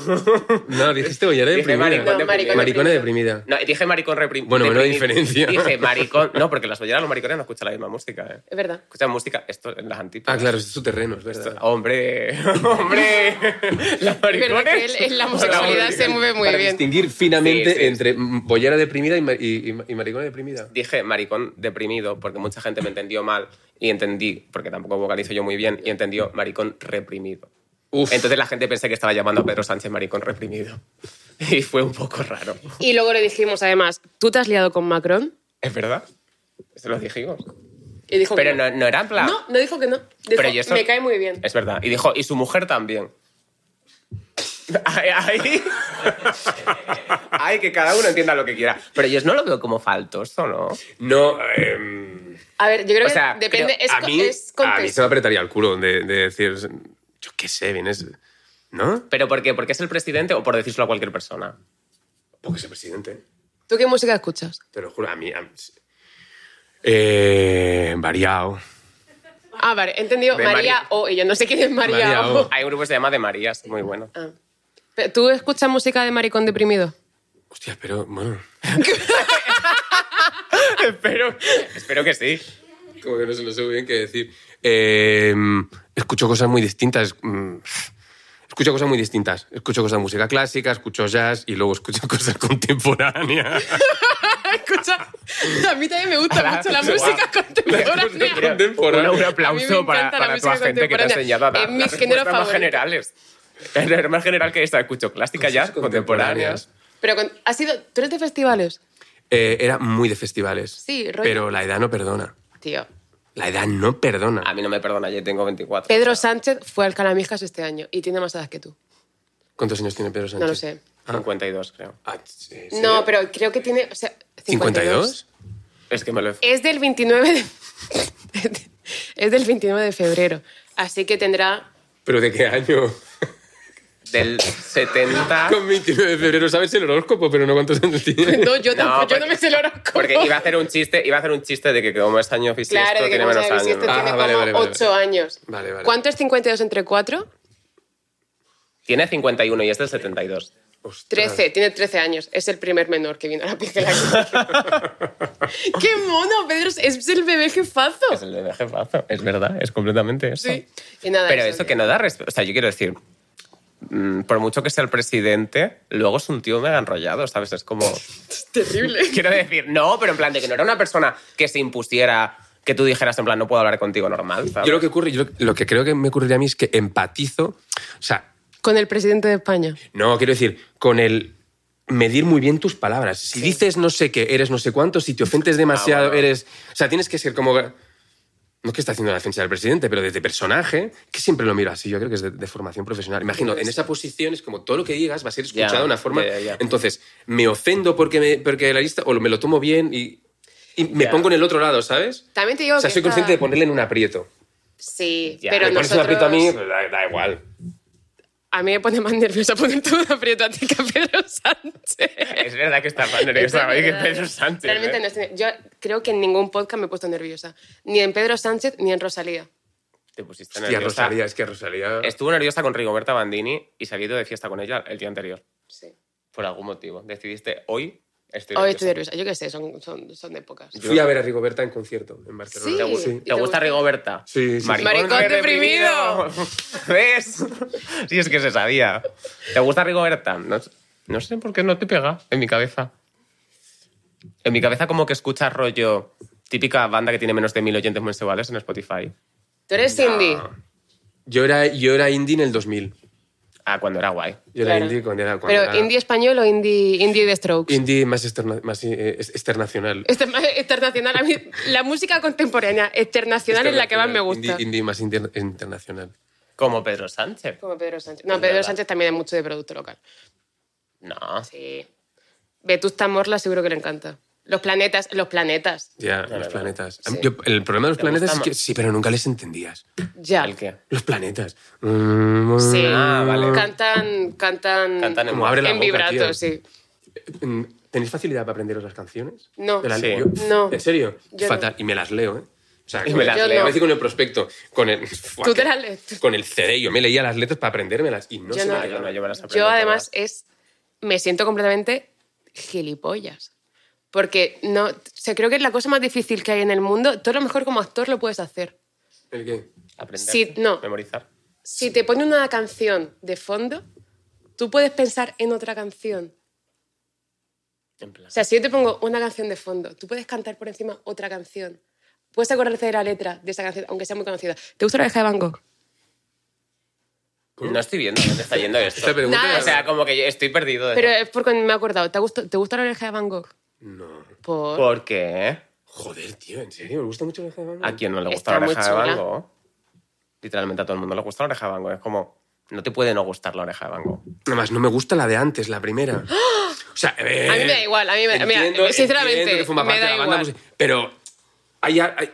No, dijiste bollera
Dije
deprimida.
maricón
No, maricón
deprimida.
Maricona deprimida.
No, dije maricón reprim-
Bueno, menuda
deprimido.
diferencia.
Dije maricón. No, porque las bolleras los maricones no escuchan la misma música. ¿eh?
Es verdad.
Escuchan música, esto en las antípodas.
Ah, claro, es su terreno, es
Esto-
verdad.
Hombre, hombre. Los
verdad que
maricones.
él en la homosexualidad se mueve muy
Para
bien.
distinguir finamente
Sí, sí, sí.
entre mm, bollera deprimida y, ma- y- y ma- y maricona deprimida.
Dije maricón deprimido porque mucha gente me entendió mal y entendí, porque tampoco vocalizo yo muy bien, y entendió maricón reprimido.
Uf.
Entonces la gente pensé que estaba llamando a Pedro Sánchez maricón reprimido. Y fue un poco raro.
Y luego le dijimos, además, ¿tú te has liado con Macron?
¿Es verdad? Se los dijimos.
Y dijo
Pero
que
no, no era en plan.
No, no dijo que no. Dijo,
Pero yo eso-
me cae muy bien.
Es verdad. Y dijo, y su mujer también. Ay, ay. Ay, que cada uno entienda lo que quiera. Pero yo no lo veo como faltoso, ¿no?
No, em,
A ver, yo creo
O sea,
que depende,
creo-
es,
a,
co-
mí,
es
a mí se
contexto.
me apretaría el culo de, de decir, yo qué sé, vienes, ¿no?
¿Pero por qué? ¿Porque es el presidente o por decírselo a cualquier persona?
Porque es el presidente,
¿Tú qué música escuchas?
te lo juro, a mí... a mí- Eh, variado.
Ah, vale, he entendido
De
María
Mari-
O y yo no sé quién es María,
María
O.
O.
Hay un grupo que se llama De Marías, muy bueno.
Ah. Pero, ¿Tú escuchas música de maricón deprimido?
Hostia, pero bueno...
espero, espero que sí.
Como que no, se- no sé muy bien qué decir. Eh, escucho cosas muy distintas. mm, Escucho cosas muy distintas. Escucho cosas de música clásica, escucho jazz y luego escucho cosas contemporáneas.
Escucha, a mí también me gusta mucho la
Guau.
música
música
contemporánea.
contemporánea.
Un, un
A mí me
aplauso para,
encanta la
para toda
música
gente que te ha
contemporánea.
enseñado a
Es
dar
mi
las
género
respuestas más
favorito.
generales. Es más general que esta, escucho clásica
Cosas
ya, contemporáneas.
Pero con- ha sido, ¿tú eres de festivales?
Eh, era muy de festivales.
Sí, rollo.
Pero la edad no perdona.
Tío,
La edad no perdona.
A mí no me perdona, yo tengo 24.
Pedro Sánchez fue al Canamijas este año y tiene más edad que tú.
¿Cuántos años tiene Pedro Sánchez?
No lo sé.
Ah.
52, creo.
Ah, sí, ¿en serio?
No, pero creo que tiene, o sea, 52.
¿52?
Es que me lo he...
Es del 29 de... es del 29 de febrero, así que tendrá...
¿Pero de qué año?
Del
Ah.
70...
Con 29 de febrero sabes el horóscopo, pero no cuántos años tiene.
No, yo tampoco, yo no
porque-
me sé el horóscopo.
Porque iba a hacer un chiste, iba a hacer un chiste de que como es año bisiesto
Claro, de que
tiene
como
menos
sabe,
años.
si esto
Ah,
tiene
vale, vale,
como
vale,
8 años.
Vale, vale.
¿Cuánto es 52 entre 4?
Tiene 51 y es del 72.
Ostras.
13, tiene 13 años. Es el primer menor que vino a la piel ¡Qué mono, Pedro! Es el bebé jefazo.
Es el de jefazo, es verdad, es completamente eso.
Oh. Sí. Y nada,
Pero eso que no da respeto. O sea, yo quiero decir, mm, por mucho que sea el presidente, luego es un tío mega enrollado, ¿sabes? Es como.
Es terrible.
quiero decir, no, pero en plan de que no era una persona que se impusiera, que tú dijeras en plan, no puedo hablar contigo normal, ¿sabes?
Yo lo que ocurre, yo lo- lo que creo que me ocurriría a mí es que empatizo, o sea,
Con el presidente de España.
no, quiero decir, con el medir muy bien tus palabras. Si dices no sé qué, eres no sé cuánto, si te ofendes demasiado,
Ah, bueno.
eres, o sea, tienes que ser como no es que está haciendo la defensa del presidente, pero desde personaje, que siempre lo miro así, yo creo que es de, de formación profesional. Imagino, en esa posición es como todo lo que digas va a ser escuchado
Ya,
de una forma.
ya, ya, ya.
Entonces, me ofendo porque, me, porque la lista, o me lo tomo bien y, y me
Ya.
pongo en el otro lado, ¿sabes?
También te digo
O sea,
que
soy
esta-
consciente de ponerle en un aprieto.
Sí,
Ya.
pero
me pones un
nosotros...
aprieto a mí, da- da igual.
A mí me pone más nerviosa ponerte un aprieto a ti que a Pedro Sánchez.
Es verdad que está más nerviosa hoy que
verdad.
Pedro Sánchez.
Realmente
¿eh?
no estoy- Yo creo que en ningún podcast me he puesto nerviosa. Ni en Pedro Sánchez ni en Rosalía.
Te pusiste
Hostia,
nerviosa.
Rosalía, es que Rosalía.
Estuvo nerviosa con Rigoberta Bandini y salí de fiesta con ella el día anterior.
Sí.
Por algún motivo. Decidiste hoy. Estoy
Hoy estoy
nerviosa.
nerviosa. Yo qué sé, son, son, son de pocas.
Fui a ver a Rigoberta en concierto en
¿Te,
Barcelona.
gu-
Sí.
te
¿Y te
gusta
gusta?
Rigoberta?
Sí, sí, sí.
Maricón deprimido.
¿Ves? Sí, es que se sabía. ¿Te gusta Rigoberta? No, no sé por qué no te pega en mi cabeza. En mi cabeza como que escuchas rollo típica banda que tiene menos de mil oyentes mensuales en Spotify.
Tú eres Cindy.
Ah, Yo era, yo era indie en el 2000.
Ah, cuando era guay.
Yo era
Claro.
indie cuando era. Cuando
Pero
era
indie español o indie, indie de Strokes.
indie más, externa- más eh, es- externacional.
Este- Internacional. a mí- la música contemporánea internacional es la que más me gusta.
Indie, indie más inter- internacional.
Como Pedro Sánchez.
Como Pedro Sánchez. No,
Es
Pedro
verdad.
Sánchez también es mucho de producto local.
No.
Sí. Vetusta Morla seguro que le encanta. Los planetas, los planetas.
Claro,
Ya, los
claro.
planetas.
Sí.
Yo- el problema de los
¿Te
planetas
gusta
es que
más?
sí, pero nunca les entendías.
Ya.
¿El qué?
Los planetas. Mm,
Sí.
Ah, vale.
Cantan, cantan,
Cantan en-
Como abre la
en
boca,
vibrato,
tío.
sí.
Mm, ¿Tenéis facilidad para aprenderos las canciones?
No.
¿De la
Sí.
leo?
No.
¿En serio?
Yo
Fatal. Y me las leo, ¿eh? O sea,
Y
con-
me las
Yo leo.
A
no.
veces con el prospecto, con el...
Tú te las lees.
Con el CD, yo me leía las letras para aprendérmelas y no
Yo
se
no.
Yo
me
no,
pegaban.
yo me las aprendo
Yo además
todas.
es, me siento completamente gilipollas. Porque no, o sea, creo que es la cosa más difícil que hay en el mundo. Tú a lo mejor como actor lo puedes hacer.
¿El qué?
Aprender.
Sí, no.
Memorizar.
Si te pone una canción de fondo, tú puedes pensar en otra canción.
En plan.
O sea, si yo te pongo una canción de fondo, tú puedes cantar por encima otra canción. Puedes acordarte de la letra de esa canción, aunque sea muy conocida. ¿Te gusta la oreja de Van Gogh?
No estoy viendo dónde está yendo esto.
Esta pregunta...
Nada,
O sea, como que yo estoy perdido. de-
Pero es porque me he acordado. ¿Te, gusta- ¿Te gusta la oreja de Van Gogh?
No.
Por...
¿Por qué?
Joder, tío, ¿en serio? ¿Me gusta mucho el Oreja de Van Gogh?
¿A quién no le
Está
gusta la
muy
oreja de
chula.
Van Gogh? Literalmente a todo el mundo le gusta la oreja de Van Gogh. Es como, no te puede no gustar la oreja de Van Gogh.
Nada más, no me gusta la de antes, la primera. O sea, a, ver,
¡Ah! A mí me da igual, a mí me- mira, sinceramente,
entiendo que forma
me
parte
da
de la banda
igual.
musical, pero hay, hay-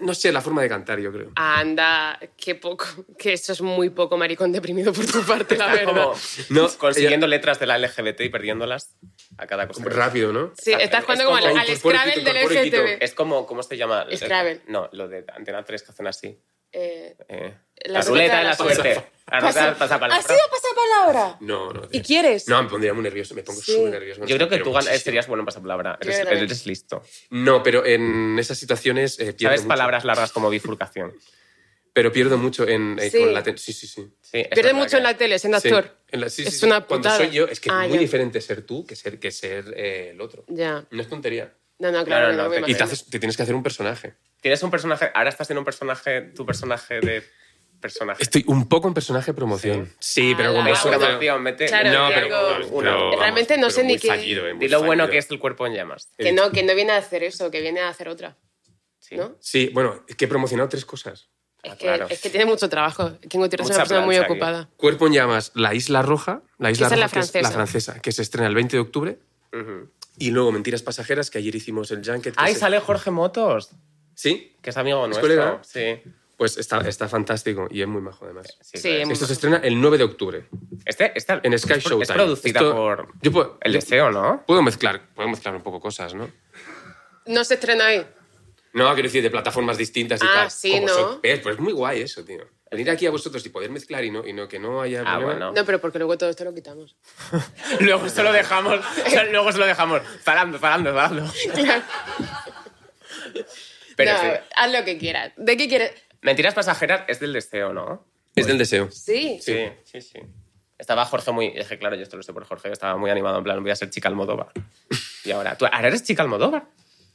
no sé, la forma de cantar, yo creo.
Anda, qué poco, que eso es muy poco maricón deprimido por tu parte, la
Está
verdad.
como
No,
consiguiendo letras de la LGBT y perdiéndolas a cada coste.
Rápido, ¿no?
Sí, estás
Es
jugando como,
como-
al, al
Incorpore
Scrabble
quito,
del
incorpore quito.
LGTB.
Es como, ¿cómo se llama?
Scrabble.
No, lo de Antena 3 que hacen así.
Eh,
Eh,
La
la, ruleta de la
ruleta de la
suerte. La ruleta del pasapalabra.
¿Has sido pasapalabra?
No, no.
¿Y
tío.
quieres?
No, me pondría muy nervioso, me pongo
Sí.
súper nervioso.
Yo creo que
Pero
tú gan-
muchísimo.
serías bueno en pasapalabra.
Yo
Eres,
creo que-
eres listo.
No, pero en esas situaciones eh, pierdo
Sabes
mucho.
palabras largas como bifurcación.
Pero pierdo mucho en, eh,
Sí.
con la... te- Sí, sí, sí.
Sí, es
Pierdes
verdad
mucho
que-
en la tele siendo
Sí,
actor.
en la- sí, sí,
Es
sí.
una
Cuando
putada.
soy yo, es que
Ah,
es muy
ya.
diferente ser tú que ser, que ser eh, el otro.
Ya.
No es tontería.
No, no,
Claro,
claro.
no,
no, me
te-
Y te,
imagino.
haces- te tienes que hacer un personaje.
Tienes un personaje. Ahora estás en un personaje. Tu personaje de personaje.
Estoy un poco en personaje promoción. Sí, pero
Ah,
como
la-
Es
eso
una
pero-
opción, mete-
Claro,
No,
di
pero,
algo-
pero vamos,
Realmente no
pero
sé ni
muy
qué-
fallido, eh, muy
Di lo bueno
fallido.
que es el cuerpo en llamas.
Que no, que no viene a hacer eso, que viene a hacer otra.
Sí.
¿No?
Sí, bueno, es que he promocionado tres cosas.
Es,
Ah,
que,
claro.
es que tiene mucho trabajo. Kingo Tierra es una
Mucha
persona muy
plancha aquí.
ocupada.
Cuerpo en llamas, La Isla Roja, La Isla
Esa es la
Roja, que la francesa, que se estrena el 20 de octubre.
Ujú.
Y luego Mentiras Pasajeras, que ayer hicimos el Junket. que
Ahí
se-
sale Jorge Motos,
Sí,
que es amigo nuestro.
colega?
Sí.
pues está, está fantástico y es muy majo además.
Sí,
Sí,
claro.
Esto se estrena el 9 de octubre
Este, esta-
en Sky
es, pro-
Showtime.
Es producida
Esto-
por
Yo puedo,
El Deseo, ¿no?
puedo mezclar, puedo mezclar un poco cosas, ¿no?
No se estrena ahí.
No, quiero decir, de plataformas distintas y
Ah,
tal.
sí,
Como
¿no?
son- ¿Ves? Pues es muy guay eso, tío. Venir aquí a vosotros y poder mezclar y no, y no que no haya
Ah,
problema.
bueno.
No, pero porque luego todo esto lo quitamos.
luego se lo dejamos. o sea, luego se lo dejamos. Falando, falando, falando. Pero
No,
sí.
Haz lo que quieras. ¿De qué quieres?
Mentiras pasajeras es del Deseo, ¿no?
Es del deseo.
Sí.
Sí, sí, sí. Estaba Jorge muy. Es que claro, yo esto lo sé por Jorge, que estaba muy animado, en plan, voy a ser chica Almodóvar. Y ahora, ¿tú ahora eres chica Almodóvar?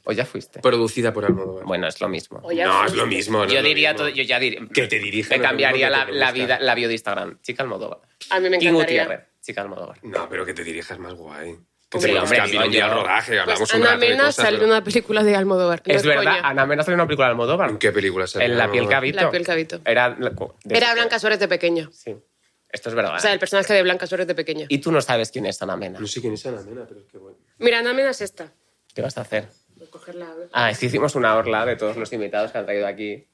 ¿O ya fuiste?
Producida por Almodóvar.
Bueno, es lo mismo.
O ya
no,
fue.
es lo mismo. no es
yo
lo
diría,
mismo.
todo- yo ya diría.
Que te dirija
Me
lo
cambiaría
mismo
la,
que te
la
produzca.
vida, la bio de Instagram. Chica Almodóvar.
A mí me
King
encantaría.
Gutiérrez, chica Almodóvar.
No, pero que te dirijas más guay. Que
Hombre,
te
hombre,
produzca, mira, un día
coño.
al rodaje, hablamos
Pues
un
Ana
rato de
Mena
cosas,
salió en
pero-
una película de Almodóvar. no
es verdad,
coña.
Ana Mena salió en una película de Almodóvar.
¿En qué película salió?
En La piel que habito.
La piel que habito.
Era, la- de-
Era Blanca Suárez de pequeña.
Sí. Esto es verdad. ¿eh?
O sea, el personaje de Blanca Suárez de pequeña.
Y tú no sabes quién es Ana Mena.
No sé quién es Ana Mena, pero es que bueno.
Mira, Ana Mena es esta.
¿Qué vas a hacer?
Voy a cogerla, a ver.
Ah, es que hicimos una orla de todos los invitados que han traído aquí.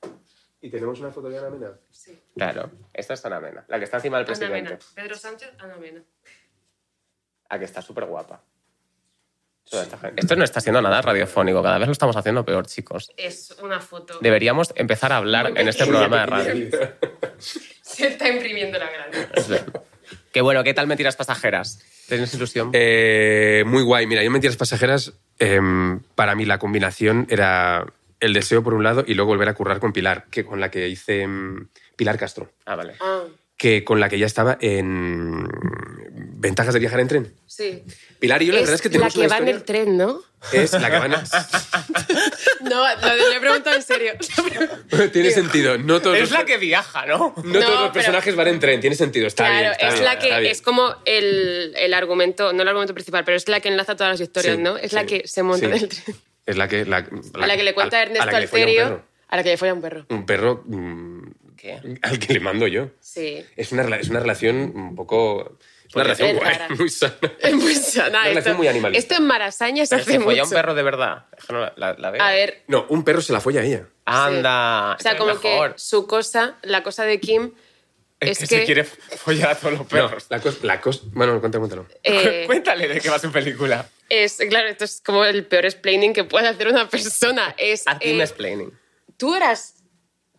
¿Y tenemos una foto de Ana Mena?
Este Claro, esta es Ana Mena, la que está encima del
Ana
presidente.
Mena. Pedro Sánchez, Ana Mena.
La que está súper guapa. Toda esta gente. Esto no está siendo nada radiofónico, cada vez lo estamos haciendo peor, chicos.
Es una foto.
Deberíamos empezar a hablar en este programa de radio.
Se está imprimiendo la grande.
Qué bueno, ¿qué tal mentiras pasajeras? ¿Tenéis ilusión?
Eh, muy guay. Mira, yo en Mentiras Pasajeras, em, para mí la combinación era el deseo por un lado y luego volver a currar con Pilar, que con la que hice em, Pilar Castro,
Ah, vale.
Ah,
que con la que ya estaba en Ventajas de viajar en tren.
sí.
Pilar y yo la verdad es que
la
tenemos
que
una
va en el
historia-
tren, ¿no?
Es la que va en
No, lo de- le he preguntado en serio.
Tiene sentido. No todos
Es
los-
la que viaja, ¿no?
No,
No, todos los
pero-
personajes van en tren, tiene sentido, está
claro,
bien. está
es
bien,
la
está
que
bien.
es como el, el argumento, no el argumento principal, pero es la que enlaza todas las historias,
Sí,
¿no? Es la
sí,
que se monta
sí.
en el tren.
Es la que... la-
a la que le cuenta
a- a la
Ernesto
que le folla un
Alterio.
perro.
A la que le folla un perro.
Un perro mm,
¿Qué?
al que le mando yo.
Sí.
Es una, rela- es una relación un poco... Una relación
Pues es
guay,
rara.
muy sana.
Es muy sana.
Una relación
Pues, Esto,
muy animalista.
esto en Marasaña se
Pero
hace
se folló
mucho.
a un perro de verdad. Es que no la, la- la veo.
A ver,
No, un perro se la folla a ella.
Anda.
o
esto
sea,
es
como
mejor.
que su cosa, la cosa de Kim
Es,
es
que, se
que-
quiere follar a todos los
No,
perros.
la cosa... La cosa bueno, cuéntalo, cuéntalo.
Pues
eh,
Cuéntale de qué va su película.
es, claro, esto es como el peor explaining que puede hacer una persona. Es,
Haz
eh,
un explaining.
tú eras...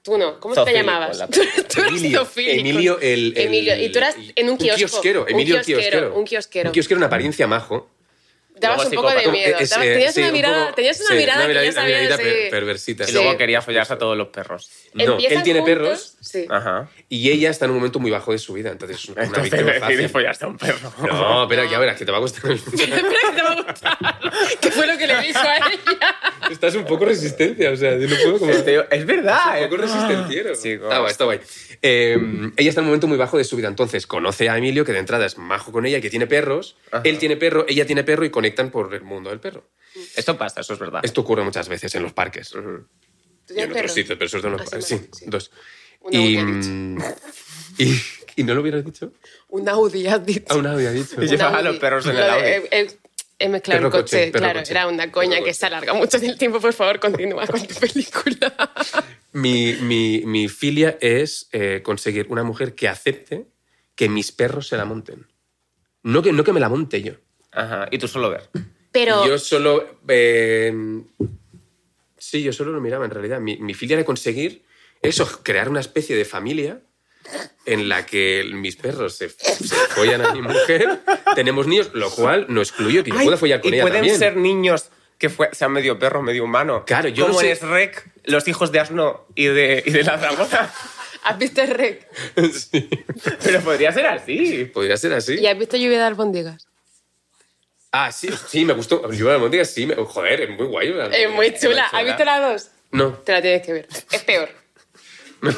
Tú no, ¿cómo te
Zoofílico,
llamabas?
la-
Tú, tú eras zoofílico.
Emilio, el, el-
Emilio, y tú eras en un kiosco.
kiosquero.
un
Emilio el
kiosquero,
kiosquero.
Un kiosquero.
Un kiosquero, una apariencia majo.
Dabas
Luego
un poco de
psicópata.
miedo.
Es,
dabas-
eh,
tenías,
sí,
una
un
mirada,
poco-
tenías una
sí,
mirada que ya
mirada- una
sabías... eh,
mirada per-
sí.
perversita.
Y
Sí.
luego quería follarse a todos los perros.
No, él
Empiezan
tiene
juntos,
perros Ah.
Sí.
Ajá.
y ella está en un momento muy bajo de su vida, entonces es una
Entonces
víctima
decide
fácil.
follarse a un perro.
No, pero ya verás que te va a gustar.
Espera que te va a gustar. ¿Qué fue lo que le dijo a ella?
Estás un poco resistencia, o sea, yo no puedo como...
Te digo, Es verdad. eh,
Un poco resistenciero.
Chico.
Está guay, está guay. Eh, ella está en un momento muy bajo de su vida, entonces conoce a Emilio, que de entrada es majo con ella, y que tiene perros.
Ajá.
Él tiene perro, ella tiene perro y conectan por el mundo del perro.
Esto pasa, eso es verdad.
Esto ocurre muchas veces en los parques.
¿Tú
Y en
tienes
otros
perros?
sitios, pero eso es de los
Ah, sí,
parques.
vale,
Sí,
sí.
dos.
Una
Y, mm,
hubiera dicho.
y, y no lo hubieras dicho.
Un Audi, has dicho.
Aún había dicho.
Y
Un
llevaba
Audi.
los perros en
Lo
el
de-
Audi.
eh, eh, He mezclado
Perro
el coche,
coche, perro
claro,
coche.
era una coña
Perro
que
coche.
se alarga mucho en el tiempo. Por favor, continúa con tu película.
Mi, mi, mi filia es eh, conseguir una mujer que acepte que mis perros se la monten. No que, no que me la monte yo.
Ajá. Y tú solo ver.
Pero
Yo solo... eh, sí, yo solo lo miraba en realidad. Mi, mi filia era conseguir eso, crear una especie de familia en la que mis perros se, se follan a mi mujer, tenemos niños, lo cual no excluyo que yo
Ay,
pueda follar con
y
ella
pueden
también.
ser niños que fue- sean medio perro, medio humano.
Claro, yo
Como
no sé-
eres Rec, los hijos de Asno y de, y de la dragona.
has visto Rec
Sí.
Pero podría ser así.
Podría ser así.
y has visto Lluvia de albóndigas.
Ah, sí, sí, me gustó. Yo la albóndiga sí, me- joder, es muy guay. la
Es muy chula.
Eh, chula.
¿Has visto la dos?
No.
Te la tienes que ver. Es peor.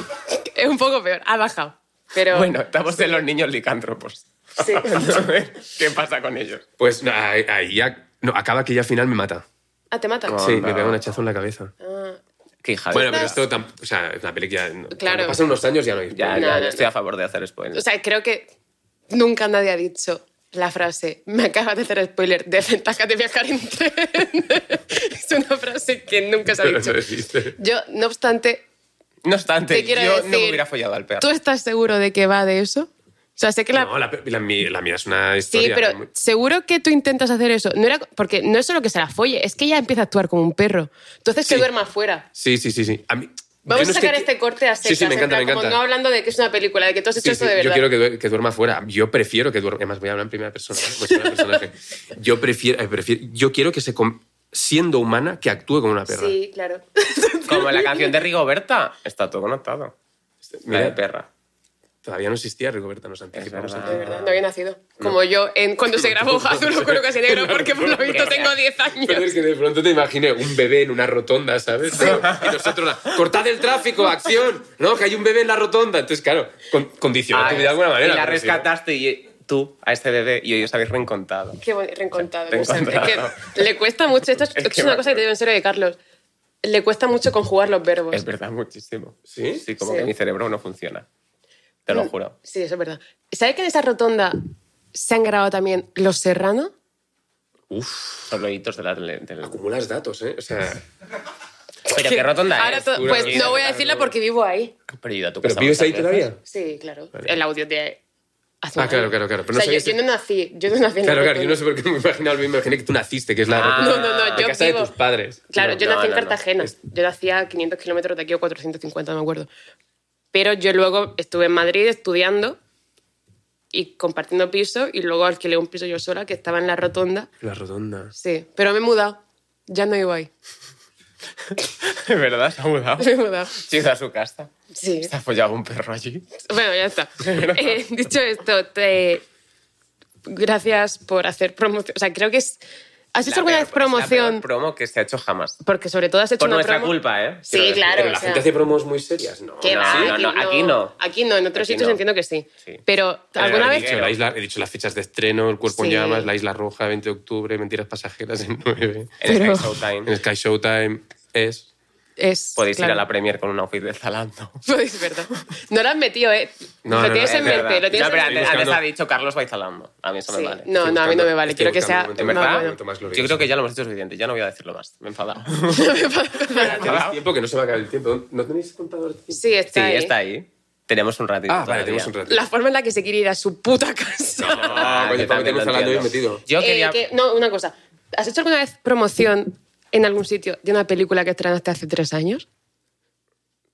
es un poco peor. Ha bajado. Pero
Bueno, estamos en los niños licántropos.
sí.
Entonces, ¿Qué pasa con ellos?
Pues no, ahí, ahí ya. No, acaba que ya al final me mata.
Ah, te mata.
No.
Sí,
Anda.
me pega un hachazo en la cabeza.
Qué hija de
Bueno,
puta.
pero esto. tam- O sea, es una peli que ya. no-
Claro.
cuando Pasan unos años ya no hay.
Ya,
No,
ya,
no,
estoy
no.
a favor de hacer spoilers.
O sea, creo que nunca nadie ha dicho la frase me acabas de hacer spoiler, desventaja de viajar en tren. es una frase que nunca se ha dicho.
No existe.
Yo, no obstante,
no obstante,
te
yo
quiero decir...
no me hubiera follado al perro.
¿Tú estás seguro de que va de eso? O sea, sé que la...
No, la, pe- la mía, la mía es una
sí,
historia.
pero
muy-
seguro que tú intentas hacer eso. No era... Porque no es solo que se la folle, es que ella empieza a actuar como un perro. Entonces que
Sí.
duerma afuera.
Sí, sí, sí, sí. A mí-
Vamos
yo no
a
es que
sacar
qui-
este corte a
Sí,
secas,
sí, me
en
encanta, me
plan, como
encanta.
no hablando de que es una película, de que tú has hecho
Sí,
esto
sí,
de verdad.
Yo quiero que, du- que duerma fuera. Yo prefiero que duerma. Además, voy a hablar en primera persona. ¿eh? Voy a hablar en personaje. Yo prefiero, eh, prefiero- Yo quiero que se. com- Siendo humana, que actúe como una perra.
Sí, claro.
Como en la canción de Rigoberta. Está todo conectado. La de
Mira,
perra.
todavía no existía Rigoberta, nos anticipamos.
Es
De
verdad.
verdad,
Ah.
no había nacido. Como yo en, cuando se grabó Azul Oscuro Casi Negro, porque por lo visto tengo 10
Pero es
años.
que de pronto te imaginé un bebé en una rotonda, ¿sabes? Y nosotros, la- cortad el tráfico, acción, ¿no? Que hay un bebé en la rotonda. Entonces, claro, con- condicionó
Ah,
tu vida de alguna manera.
y la
pero sí.
rescataste y tú a este bebé y hoy os habéis reencontrado.
Qué boni- reencontrado.
Te he
no sé,
encontrado.
es que le cuesta mucho. Esto es,
Es
esto es
que
una
me
cosa que te digo en serio de Carlos. Le cuesta mucho conjugar los verbos.
Es verdad, muchísimo.
¿Sí?
Sí, como
Sí. Mm.
que mi cerebro no funciona. Te lo juro.
Sí, eso es verdad. ¿Sabes que en esa rotonda se han grabado también Los Serrano?
Son los hitos de la tele. del-
Acumulas datos, ¿eh? O sea,
Pero qué rotonda
Ahora
es.
to-
Una
Pues
rotonda,
no voy a
claro.
decirla porque vivo ahí.
Pero he ido a tu
¿pero
casa
vives ahí
muchas
¿eh?
veces.
todavía?
Sí, claro. El audio de... hace
Ah,
un
claro,
año.
claro, claro. Pero
o
no
sea, yo,
sabías-
yo no nací. Yo no nací en la
Claro, claro, yo no
rotonda.
sé por qué me imaginaba, me imaginé que tú naciste, que es la
Ah.
rotonda
No, no, no,
de
yo
casa
vivo...
de tus padres.
Claro,
No,
yo nací
no,
en
no,
Cartagena. Yo nacía a 500 kilómetros de aquí o 450, me acuerdo. Pero yo luego estuve en Madrid estudiando y compartiendo piso y luego alquilé un piso yo sola que estaba en la rotonda.
La rotonda.
Sí, pero me he mudado. Ya no vivo ahí.
Es verdad, se ha mudado.
Me he mudado.
Se ha ido a su casa.
Sí.
Se ha follado un perro allí.
Bueno, ya está. Eh, dicho esto, te... gracias por hacer promoción. O sea, creo que es... ¿Has hecho
La peor-
alguna
Es
vez
la peor
promoción?
promo que se ha hecho jamás.
Porque sobre todo has hecho
Por
una
nuestra
promo-
culpa, ¿eh?
Sí,
Quiero decir.
claro.
Pero
o
la
sea.
gente hace promos muy serias, ¿no?
¿Qué
No,
va?
no, no, aquí no.
Aquí no, en otros
Aquí
sitios
no.
entiendo que sí.
Sí.
Pero
Pero
alguna
aquí
He
vez.
dicho, Eh, la isla- he dicho las fechas de estreno, El cuerpo en
Sí.
llamas, La Isla Roja, 20 de octubre, Mentiras pasajeras en 9,
En Sky
Pero-
Showtime.
en Sky Showtime, es...
Es,
Podéis
claro.
ir a la Premier con un outfit de Zalando.
Es verdad. No lo has metido, ¿eh?
No,
lo
no,
tienes
no,
en
es
mente,
verdad.
lo tienes
No, pero
en
Estoy
antes, antes
buscando-
ha dicho Carlos va Zalando. A mí eso
Sí.
me vale.
No,
Estoy
no, a mí no
buscando-
me vale.
estoy
Quiero que
buscando
sea.
un momento.
¿En
no,
verdad?
bueno.
Cuanto más lo
Yo
digas.
creo que ya lo hemos hecho suficiente. Ya no voy a decir lo más. Me he enfadado.
Tenéis tiempo que no se va a acabar el tiempo. ¿No tenéis contador? de tiempo?
Sí, está
sí,
ahí.
está ahí. Tenemos un ratito.
Ah, vale,
todavía.
tenemos un ratito.
La forma en la que se quiere ir a su puta casa.
Ah,
coño,
yo
para
también
meternos
lo
Zalando
entiendo.
bien metido.
Yo
Eh,
quería.
que- no, una cosa. ¿Has hecho alguna vez promoción en algún sitio de una película que estrenaste hace tres años?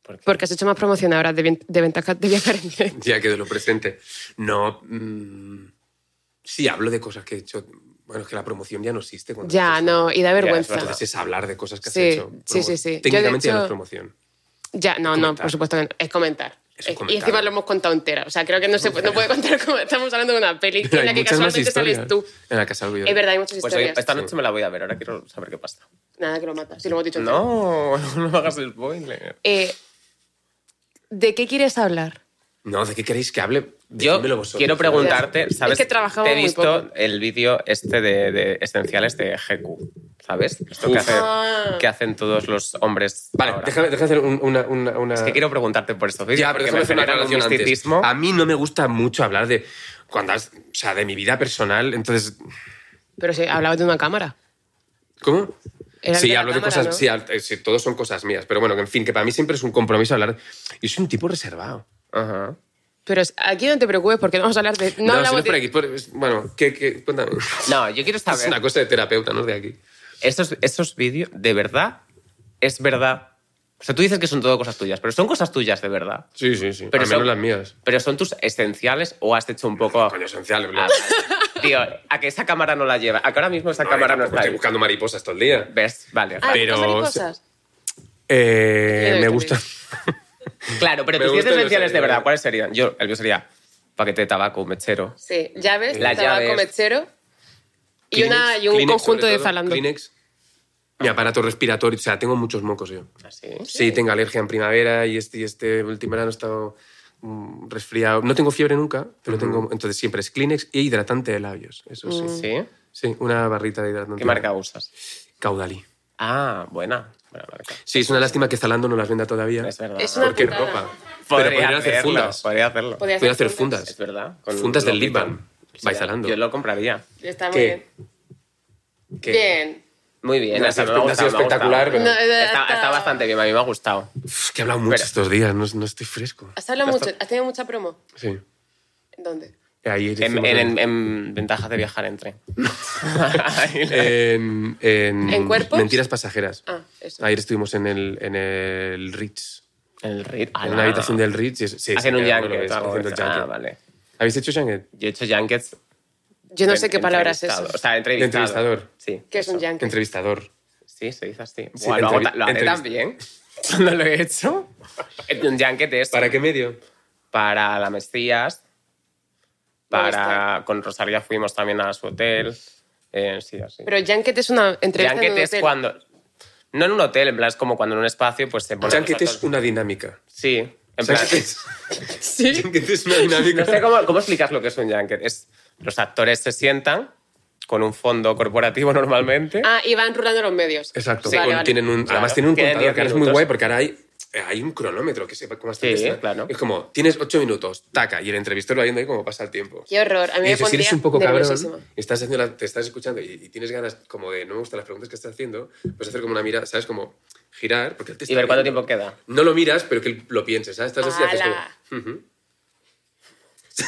¿Por qué?
Porque has hecho más promoción ahora de, ven- de ventajas de viajar en directo.
Ya que de lo presente. No. mm, sí, hablo de cosas que he hecho. Bueno, es que la promoción ya no existe. cuando
Ya,
haces-
no, y da vergüenza.
verdad.
Entonces es hablar de cosas que has
Sí,
hecho.
sí, sí, sí. Yo, de
Técnicamente ya no
hecho-
es promoción.
ya, no, no,
comentar.
por supuesto que no. Es comentar.
Es un
Eh, y
comentario.
encima lo hemos contado entera. O sea, creo que no, se puede, no puede contar como estamos hablando de una peli en la que casualmente sales tú.
En la que has olvidado.
Es verdad, hay muchas
Pues oye,
historias.
esta noche me la voy a ver. Ahora quiero saber qué pasa.
Nada que lo mata. Si lo hemos dicho entero.
No, no me hagas el spoiler.
Eh, ¿De qué quieres hablar?
No, ¿de qué queréis que hable?
Yo
Decídmelo vosotros.
quiero preguntarte,
Ya.
¿sabes?
Es que trabajamos
Te he
muy
visto
poco.
el vídeo este de, de esenciales de GQ, ¿sabes? Esto que,
Uf.
hace-
Ah.
que hacen todos los hombres.
Vale,
ahora.
déjame, déjame hacer un- una, una, una-
Es que quiero preguntarte por estos vídeos.
Pues Ya,
porque
pero déjame
me
hacer una
generan un
aclaración antes.
misticismo.
A mí no me gusta mucho hablar de. Cuando has- o sea, de mi vida personal, entonces.
Pero si hablabas de una cámara.
¿Cómo?
Era el
sí,
de la
hablo de
cámara,
cosas.
¿no?
Sí, al- eh, sí, todos son cosas mías. Pero bueno, que en fin, que para mí siempre es un compromiso hablar. Yo soy un tipo reservado.
Ajá.
Pero es- aquí no te preocupes porque no vamos a hablar de... No,
si
hablamos
es por
de-
aquí. por- es- bueno, ¿qué, qué? cuéntame.
No, yo quiero
Es una
saber.
cosa de terapeuta, no es de aquí.
Estos, estos vídeos, ¿de verdad? ¿Es verdad? O sea, tú dices que son todo cosas tuyas, pero son cosas tuyas de verdad.
Sí, sí, sí.
Pero
Al menos
son-
las mías.
¿Pero son tus esenciales o has hecho un poco.
Coño, esencial, boludo.
Ah, vale. Tío, a que esa cámara no la lleva. A que ahora mismo esa
No,
cámara
yo
no
tampoco
está
Estoy
ahí.
buscando mariposas todo el día.
¿Ves? Vale.
Ah,
vale.
pero-
¿pasan cosas?
Eh,
Yo
me
también.
gusta.
Claro, pero
Me
tus 10
gustan los
esenciales de
series.
verdad, ¿cuáles serían? Yo, el mío sería paquete de tabaco, mechero.
Sí, llaves,
Las
tabaco
llaves.
mechero y, una,
Kleenex,
y un
Kleenex,
conjunto
sobre
de
todo,
falando.
Kleenex. Mi aparato respiratorio. O sea, tengo muchos mocos yo.
Así.
Sí, tengo alergia en primavera y este, y este último verano he estado mm, resfriado. No tengo fiebre nunca, pero tengo... Entonces siempre es Kleenex e hidratante de labios, eso sí.
Mm.
sí.
¿Sí?
una barrita de hidratante.
Mm. ¿Qué marca usas?
Caudalí.
Ah, buena. Buena marca.
Sí, es una lástima que Zalando no las venda todavía.
Es verdad.
Es una
Porque
putada.
ropa.
Podría
pero podrían hacer
hacerlo,
fundas.
Podría hacerlo.
Podría
Podrían hacer
Es
fundas.
verdad.
Fundas del
logito.
Liban. By Zalando.
Yo lo compraría.
Está muy
¿Qué?
bien.
Que-
Bien.
Muy bien.
No,
hasta
ha sido-
me ha
ha
gustado,
sido
me ha gustado.
espectacular, pero-
No, eh,
Está,
hasta-
está bastante bien, a mí me ha gustado.
Uf, que he hablado mucho
Espera.
estos días, no, no estoy fresco.
Has hablado
Ya
mucho,
está.
has tenido mucha promo.
Sí.
¿Dónde?
Ahí
En,
hicimos-
en- en- en ventajas de viajar en tren.
Eh, en, en,
¿En cuerpos?
Mentiras pasajeras.
Ah, eso.
Ayer estuvimos en el, en el Ritz.
En el Ritz.
en una habitación del Ritz. y es- sí,
Hacen
sí,
un
claro, lo
yanket.
ves,
o algo de
haciendo
eso.
junket.
Ah, vale.
¿Habéis hecho Shanghai?
Yo he hecho junkets.
Yo no sé qué palabra es
entrevistado,
eso.
O sea, entrevistado.
Entrevistador.
Sí.
¿Qué es un
eso.
yankee?
Entrevistador.
Sí, se dice así.
Sí,
Buah, lo hago
entrevi-
ta- lo haré
entrevist-
también. No lo he hecho. Un junket es
¿Para qué medio?
para la Mesías. Para...
Movistar.
Con Rosalía fuimos también a su hotel. Eh, sí, así.
Pero Janket es una entrevista en
Junket
un
es
hotel.
cuando... No en un hotel, en plan, es como cuando en un espacio pues se pone...
Junket es una dinámica.
Sí, en plan...
Junket es-
Sí.
Junket es una
No
dinámica.
sé cómo, cómo explicas lo que es un junket. Es, los actores se sientan con un fondo corporativo normalmente.
Ah, y van rulando los medios.
Exacto.
Sí.
con-
Vale, vale.
Tienen un,
Claro,
Además tienen un
tienen
contador, que ahora es muy
minutos.
guay porque ahora hay, hay un cronómetro que sepa cómo has
Sí,
entrevistado.
claro.
Es como, tienes ocho minutos, taca, y el entrevistador va viendo ahí cómo pasa el tiempo.
Qué horror. A mí
y
me
eso, si
pondría
eres un poco cabrón,
nerviosísima.
estás haciendo la- te estás escuchando y, y tienes ganas como de no me gustan las preguntas que estás haciendo, puedes hacer como una mirada, ¿sabes? Como girar. Porque él te
y
está
ver cuánto
viendo.
tiempo queda.
No lo miras, pero que él lo pienses, ¿sabes? Estás así y haces
¡Hala!
como, "Ujú".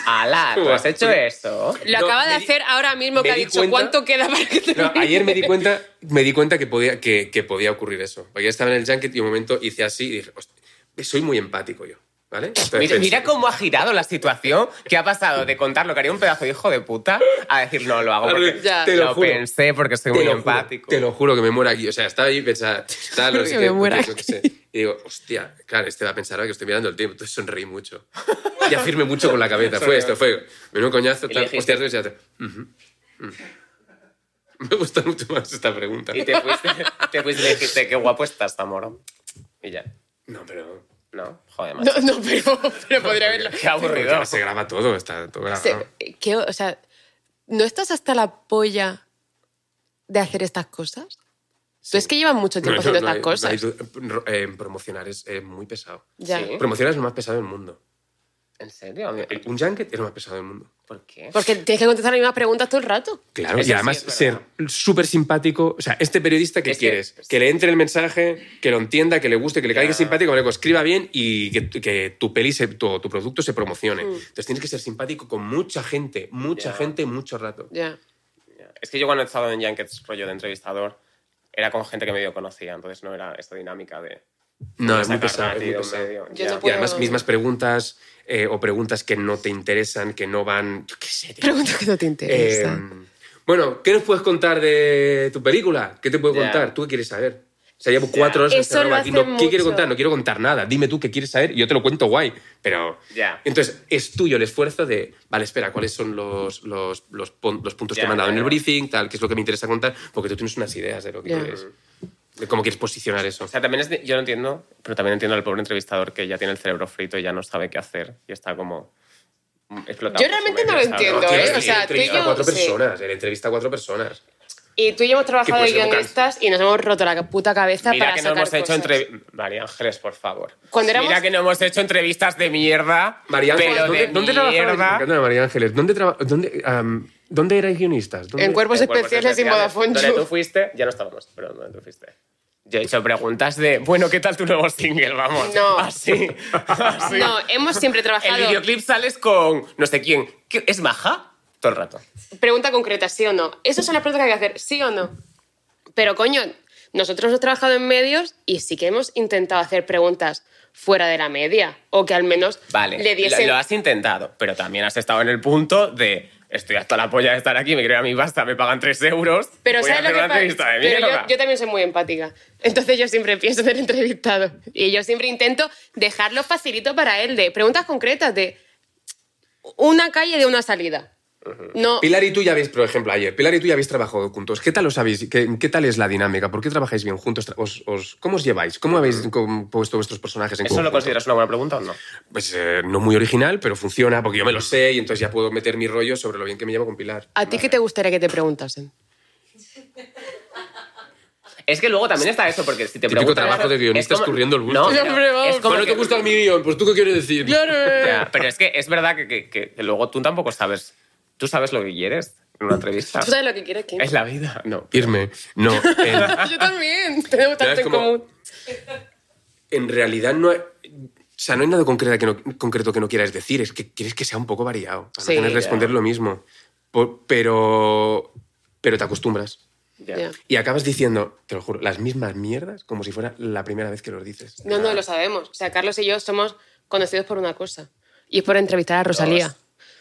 ¡Ala! ¿Tú has
Buah.
hecho esto?
Lo
No,
acaba de
me di-
hacer ahora mismo que
me
ha
di
dicho
cuenta-
cuánto queda para que te...
No, ayer me di cuenta, me di cuenta que podía, que, que podía ocurrir eso. Porque yo estaba en el junket y un momento hice así y dije, "Hostia, soy muy empático yo, ¿vale? Entonces
Mira,
pensé,
mira cómo ha girado la situación, que ha pasado de contar lo que haría un pedazo de hijo de puta a decir no, lo hago porque
Ya.
Te lo
lo
juro.
pensé porque soy muy
te lo juro,
empático.
te lo juro que me muero aquí. O sea, estaba ahí pensando, tal, no
Juro
sé
que
qué,
me muero
porque yo qué sé. Y digo, hostia, claro, este va a pensar ahora que estoy mirando el tiempo. Entonces sonreí mucho. Y afirmé mucho con la cabeza. fue esto, fue. Menudo coñazo,
le
tal.
dijiste-
Hostia, hostia, hostia. Ujú, ujú. Me gusta mucho más esta pregunta.
Y te fuiste, te fuiste y le dijiste, qué guapo estás, amor. Y ya.
No, pero.
No, joder, macho.
No, no, pero, pero podría haberlo.
Qué aburrido.
Se graba todo, está todo grabado.
Se- ¿qué- o sea, ¿no estás hasta la polla de hacer estas cosas? Tú es que llevas mucho tiempo
No,
haciendo
no
estas
hay- no
cosas.
hay du- eh, promocionar es eh, muy pesado.
Ya.
Sí.
Promocionar es lo más pesado del mundo.
¿En serio? A mí-
El- Un junket es lo más pesado del mundo.
¿Por qué?
Porque tienes que contestar las mismas preguntas todo el rato.
Claro,
Eso
y
sí
además
es
ser
verdad.
súper simpático. O sea, este periodista que
Es que-
quieres, que, le entre el mensaje, que lo entienda, que le guste, que le caiga
Ya.
simpático, vale, que escriba bien y que, que tu peli, se- tu, tu producto se promocione. Entonces tienes que ser simpático con mucha gente, mucha
Hmm. Ya.
gente, mucho rato.
Ya.
Es que yo cuando he estado en Junkets, rollo de entrevistador, era con gente que medio conocía, entonces no era esta dinámica de...
No,
de
es muy
sacar
pesado. es muy
partido
pesado.
medio,
Yo
ya.
no
Y
puedo-
además mismas preguntas eh, o preguntas que no te interesan, que no van... Yo qué sé, tío.
Preguntas que no te
Em,
interesan.
Eh, bueno, ¿qué nos puedes contar de tu película? ¿Qué te puedo
Ya.
contar? ¿Tú qué quieres saber? O sea, llevo cuatro horas
Eso
encerrado
lo
aquí.
hacen
No, ¿Qué quiero
mucho.
contar? No quiero contar nada. Dime tú qué quieres saber y yo te lo cuento guay. Pero...
Ya.
Entonces, es tuyo el esfuerzo de, vale, espera, ¿cuáles son los, los, los pon- los puntos que
Ya,
me han dado
ya,
en el
ya.
briefing? Tal, ¿Qué es lo que me interesa contar? Porque tú tienes unas ideas de lo que
Ya.
quieres, de cómo quieres posicionar eso.
O sea, también es de- yo no entiendo, pero también entiendo al pobre entrevistador que ya tiene el cerebro frito y ya no sabe qué hacer y está como mm, explotado.
Yo realmente no lo
¿sabes?
entiendo,
Tío,
¿eh?
es
O
que-
sea, tú y
entrevista
yo,
a cuatro
sí.
personas, él entrevista a cuatro personas.
Y tú y yo hemos trabajado de
Que puede ser
guionistas y nos hemos roto la puta cabeza
pues Mira
para
que no
sacar
hemos hecho
cosas.
entrevistas... María Ángeles, por favor.
Cuando éramos-
Mira que no hemos hecho entrevistas de mierda,
María Ángeles,
pero
¿dónde,
de
dónde trabajabais? Me
mierda.
encanta María Ángeles, ¿dónde, traba- dónde, am, ¿dónde erais guionistas? ¿Dónde-
En cuerpos
En cuerpos
especiales y
especiales.
Vodafone
Donde tú
You.
fuiste, ya no estábamos, pero donde tú fuiste. Yo he hecho preguntas de, bueno, ¿qué tal tu nuevo single? Vamos.
No.
Así. así.
No, hemos siempre
El
trabajado.
videoclip sales con no sé quién. ¿Qué- ¿Es maja? Todo el rato.
Pregunta concreta, ¿sí o no? Esas son las preguntas que hay que hacer, ¿sí o no? Pero coño, nosotros hemos trabajado en medios y sí que hemos intentado hacer preguntas fuera de la media o que al menos
Vale.
le diesen.
Lo, lo has intentado, pero también has estado en el punto de. Estoy hasta la polla de estar aquí, me creo a mi pasta, me pagan 3 euros.
Pero
voy a hacer
¿sabes lo que
una
pasa?
entrevista ¿eh? de
Pero yo,
mierda.
yo también soy muy empática. Entonces yo siempre pienso en el entrevistado. Y yo siempre intento dejarlo facilito para él de preguntas concretas de una calle de una salida. No,
Pilar y tú ya habéis, por ejemplo, ayer, Pilar y tú ya habéis trabajado juntos. ¿Qué tal os habéis, qué, qué tal es la dinámica? ¿Por qué trabajáis bien juntos? Tra- os- os- ¿Cómo os lleváis? ¿Cómo habéis compuesto vuestros personajes en
¿Eso lo
conjunto?
consideras una buena pregunta o no?
Pues eh, no muy original, pero funciona porque yo me lo sé y entonces ya puedo meter mi rollo sobre lo bien que me llevo con Pilar.
¿a ti qué te gustaría que te preguntasen?
Es que luego también está eso, porque si te
Típico
preguntan
trabajo
eso,
de guionista
es como-
escurriendo el bulto.
No, pero
Hombre, vamos.
es como
Pues no
que-
te gusta mi guión, pues tú qué quieres decir.
Ya, pero es que es verdad que, que- que- que luego tú tampoco sabes. Tú sabes lo que quieres en una entrevista.
¿Tú sabes lo que quieres, Kim?
Es la vida. No.
Irme. No. en-
Yo también. Tenemos
Ya, es
tanto en
como-
común.
en realidad no hay, o sea, no hay nada concreto que no, concreto que no quieras decir, es que quieres que sea un poco variado, para
Sí,
no tener que
ya.
responder lo mismo. Por- pero, pero te acostumbras.
Ya.
Ya.
Y acabas diciendo, te lo juro, las mismas mierdas como si fuera la primera vez que los dices.
No, no, lo sabemos. O sea, Carlos y yo somos conocidos por una cosa. Y es por entrevistar a Rosalía.
Dos.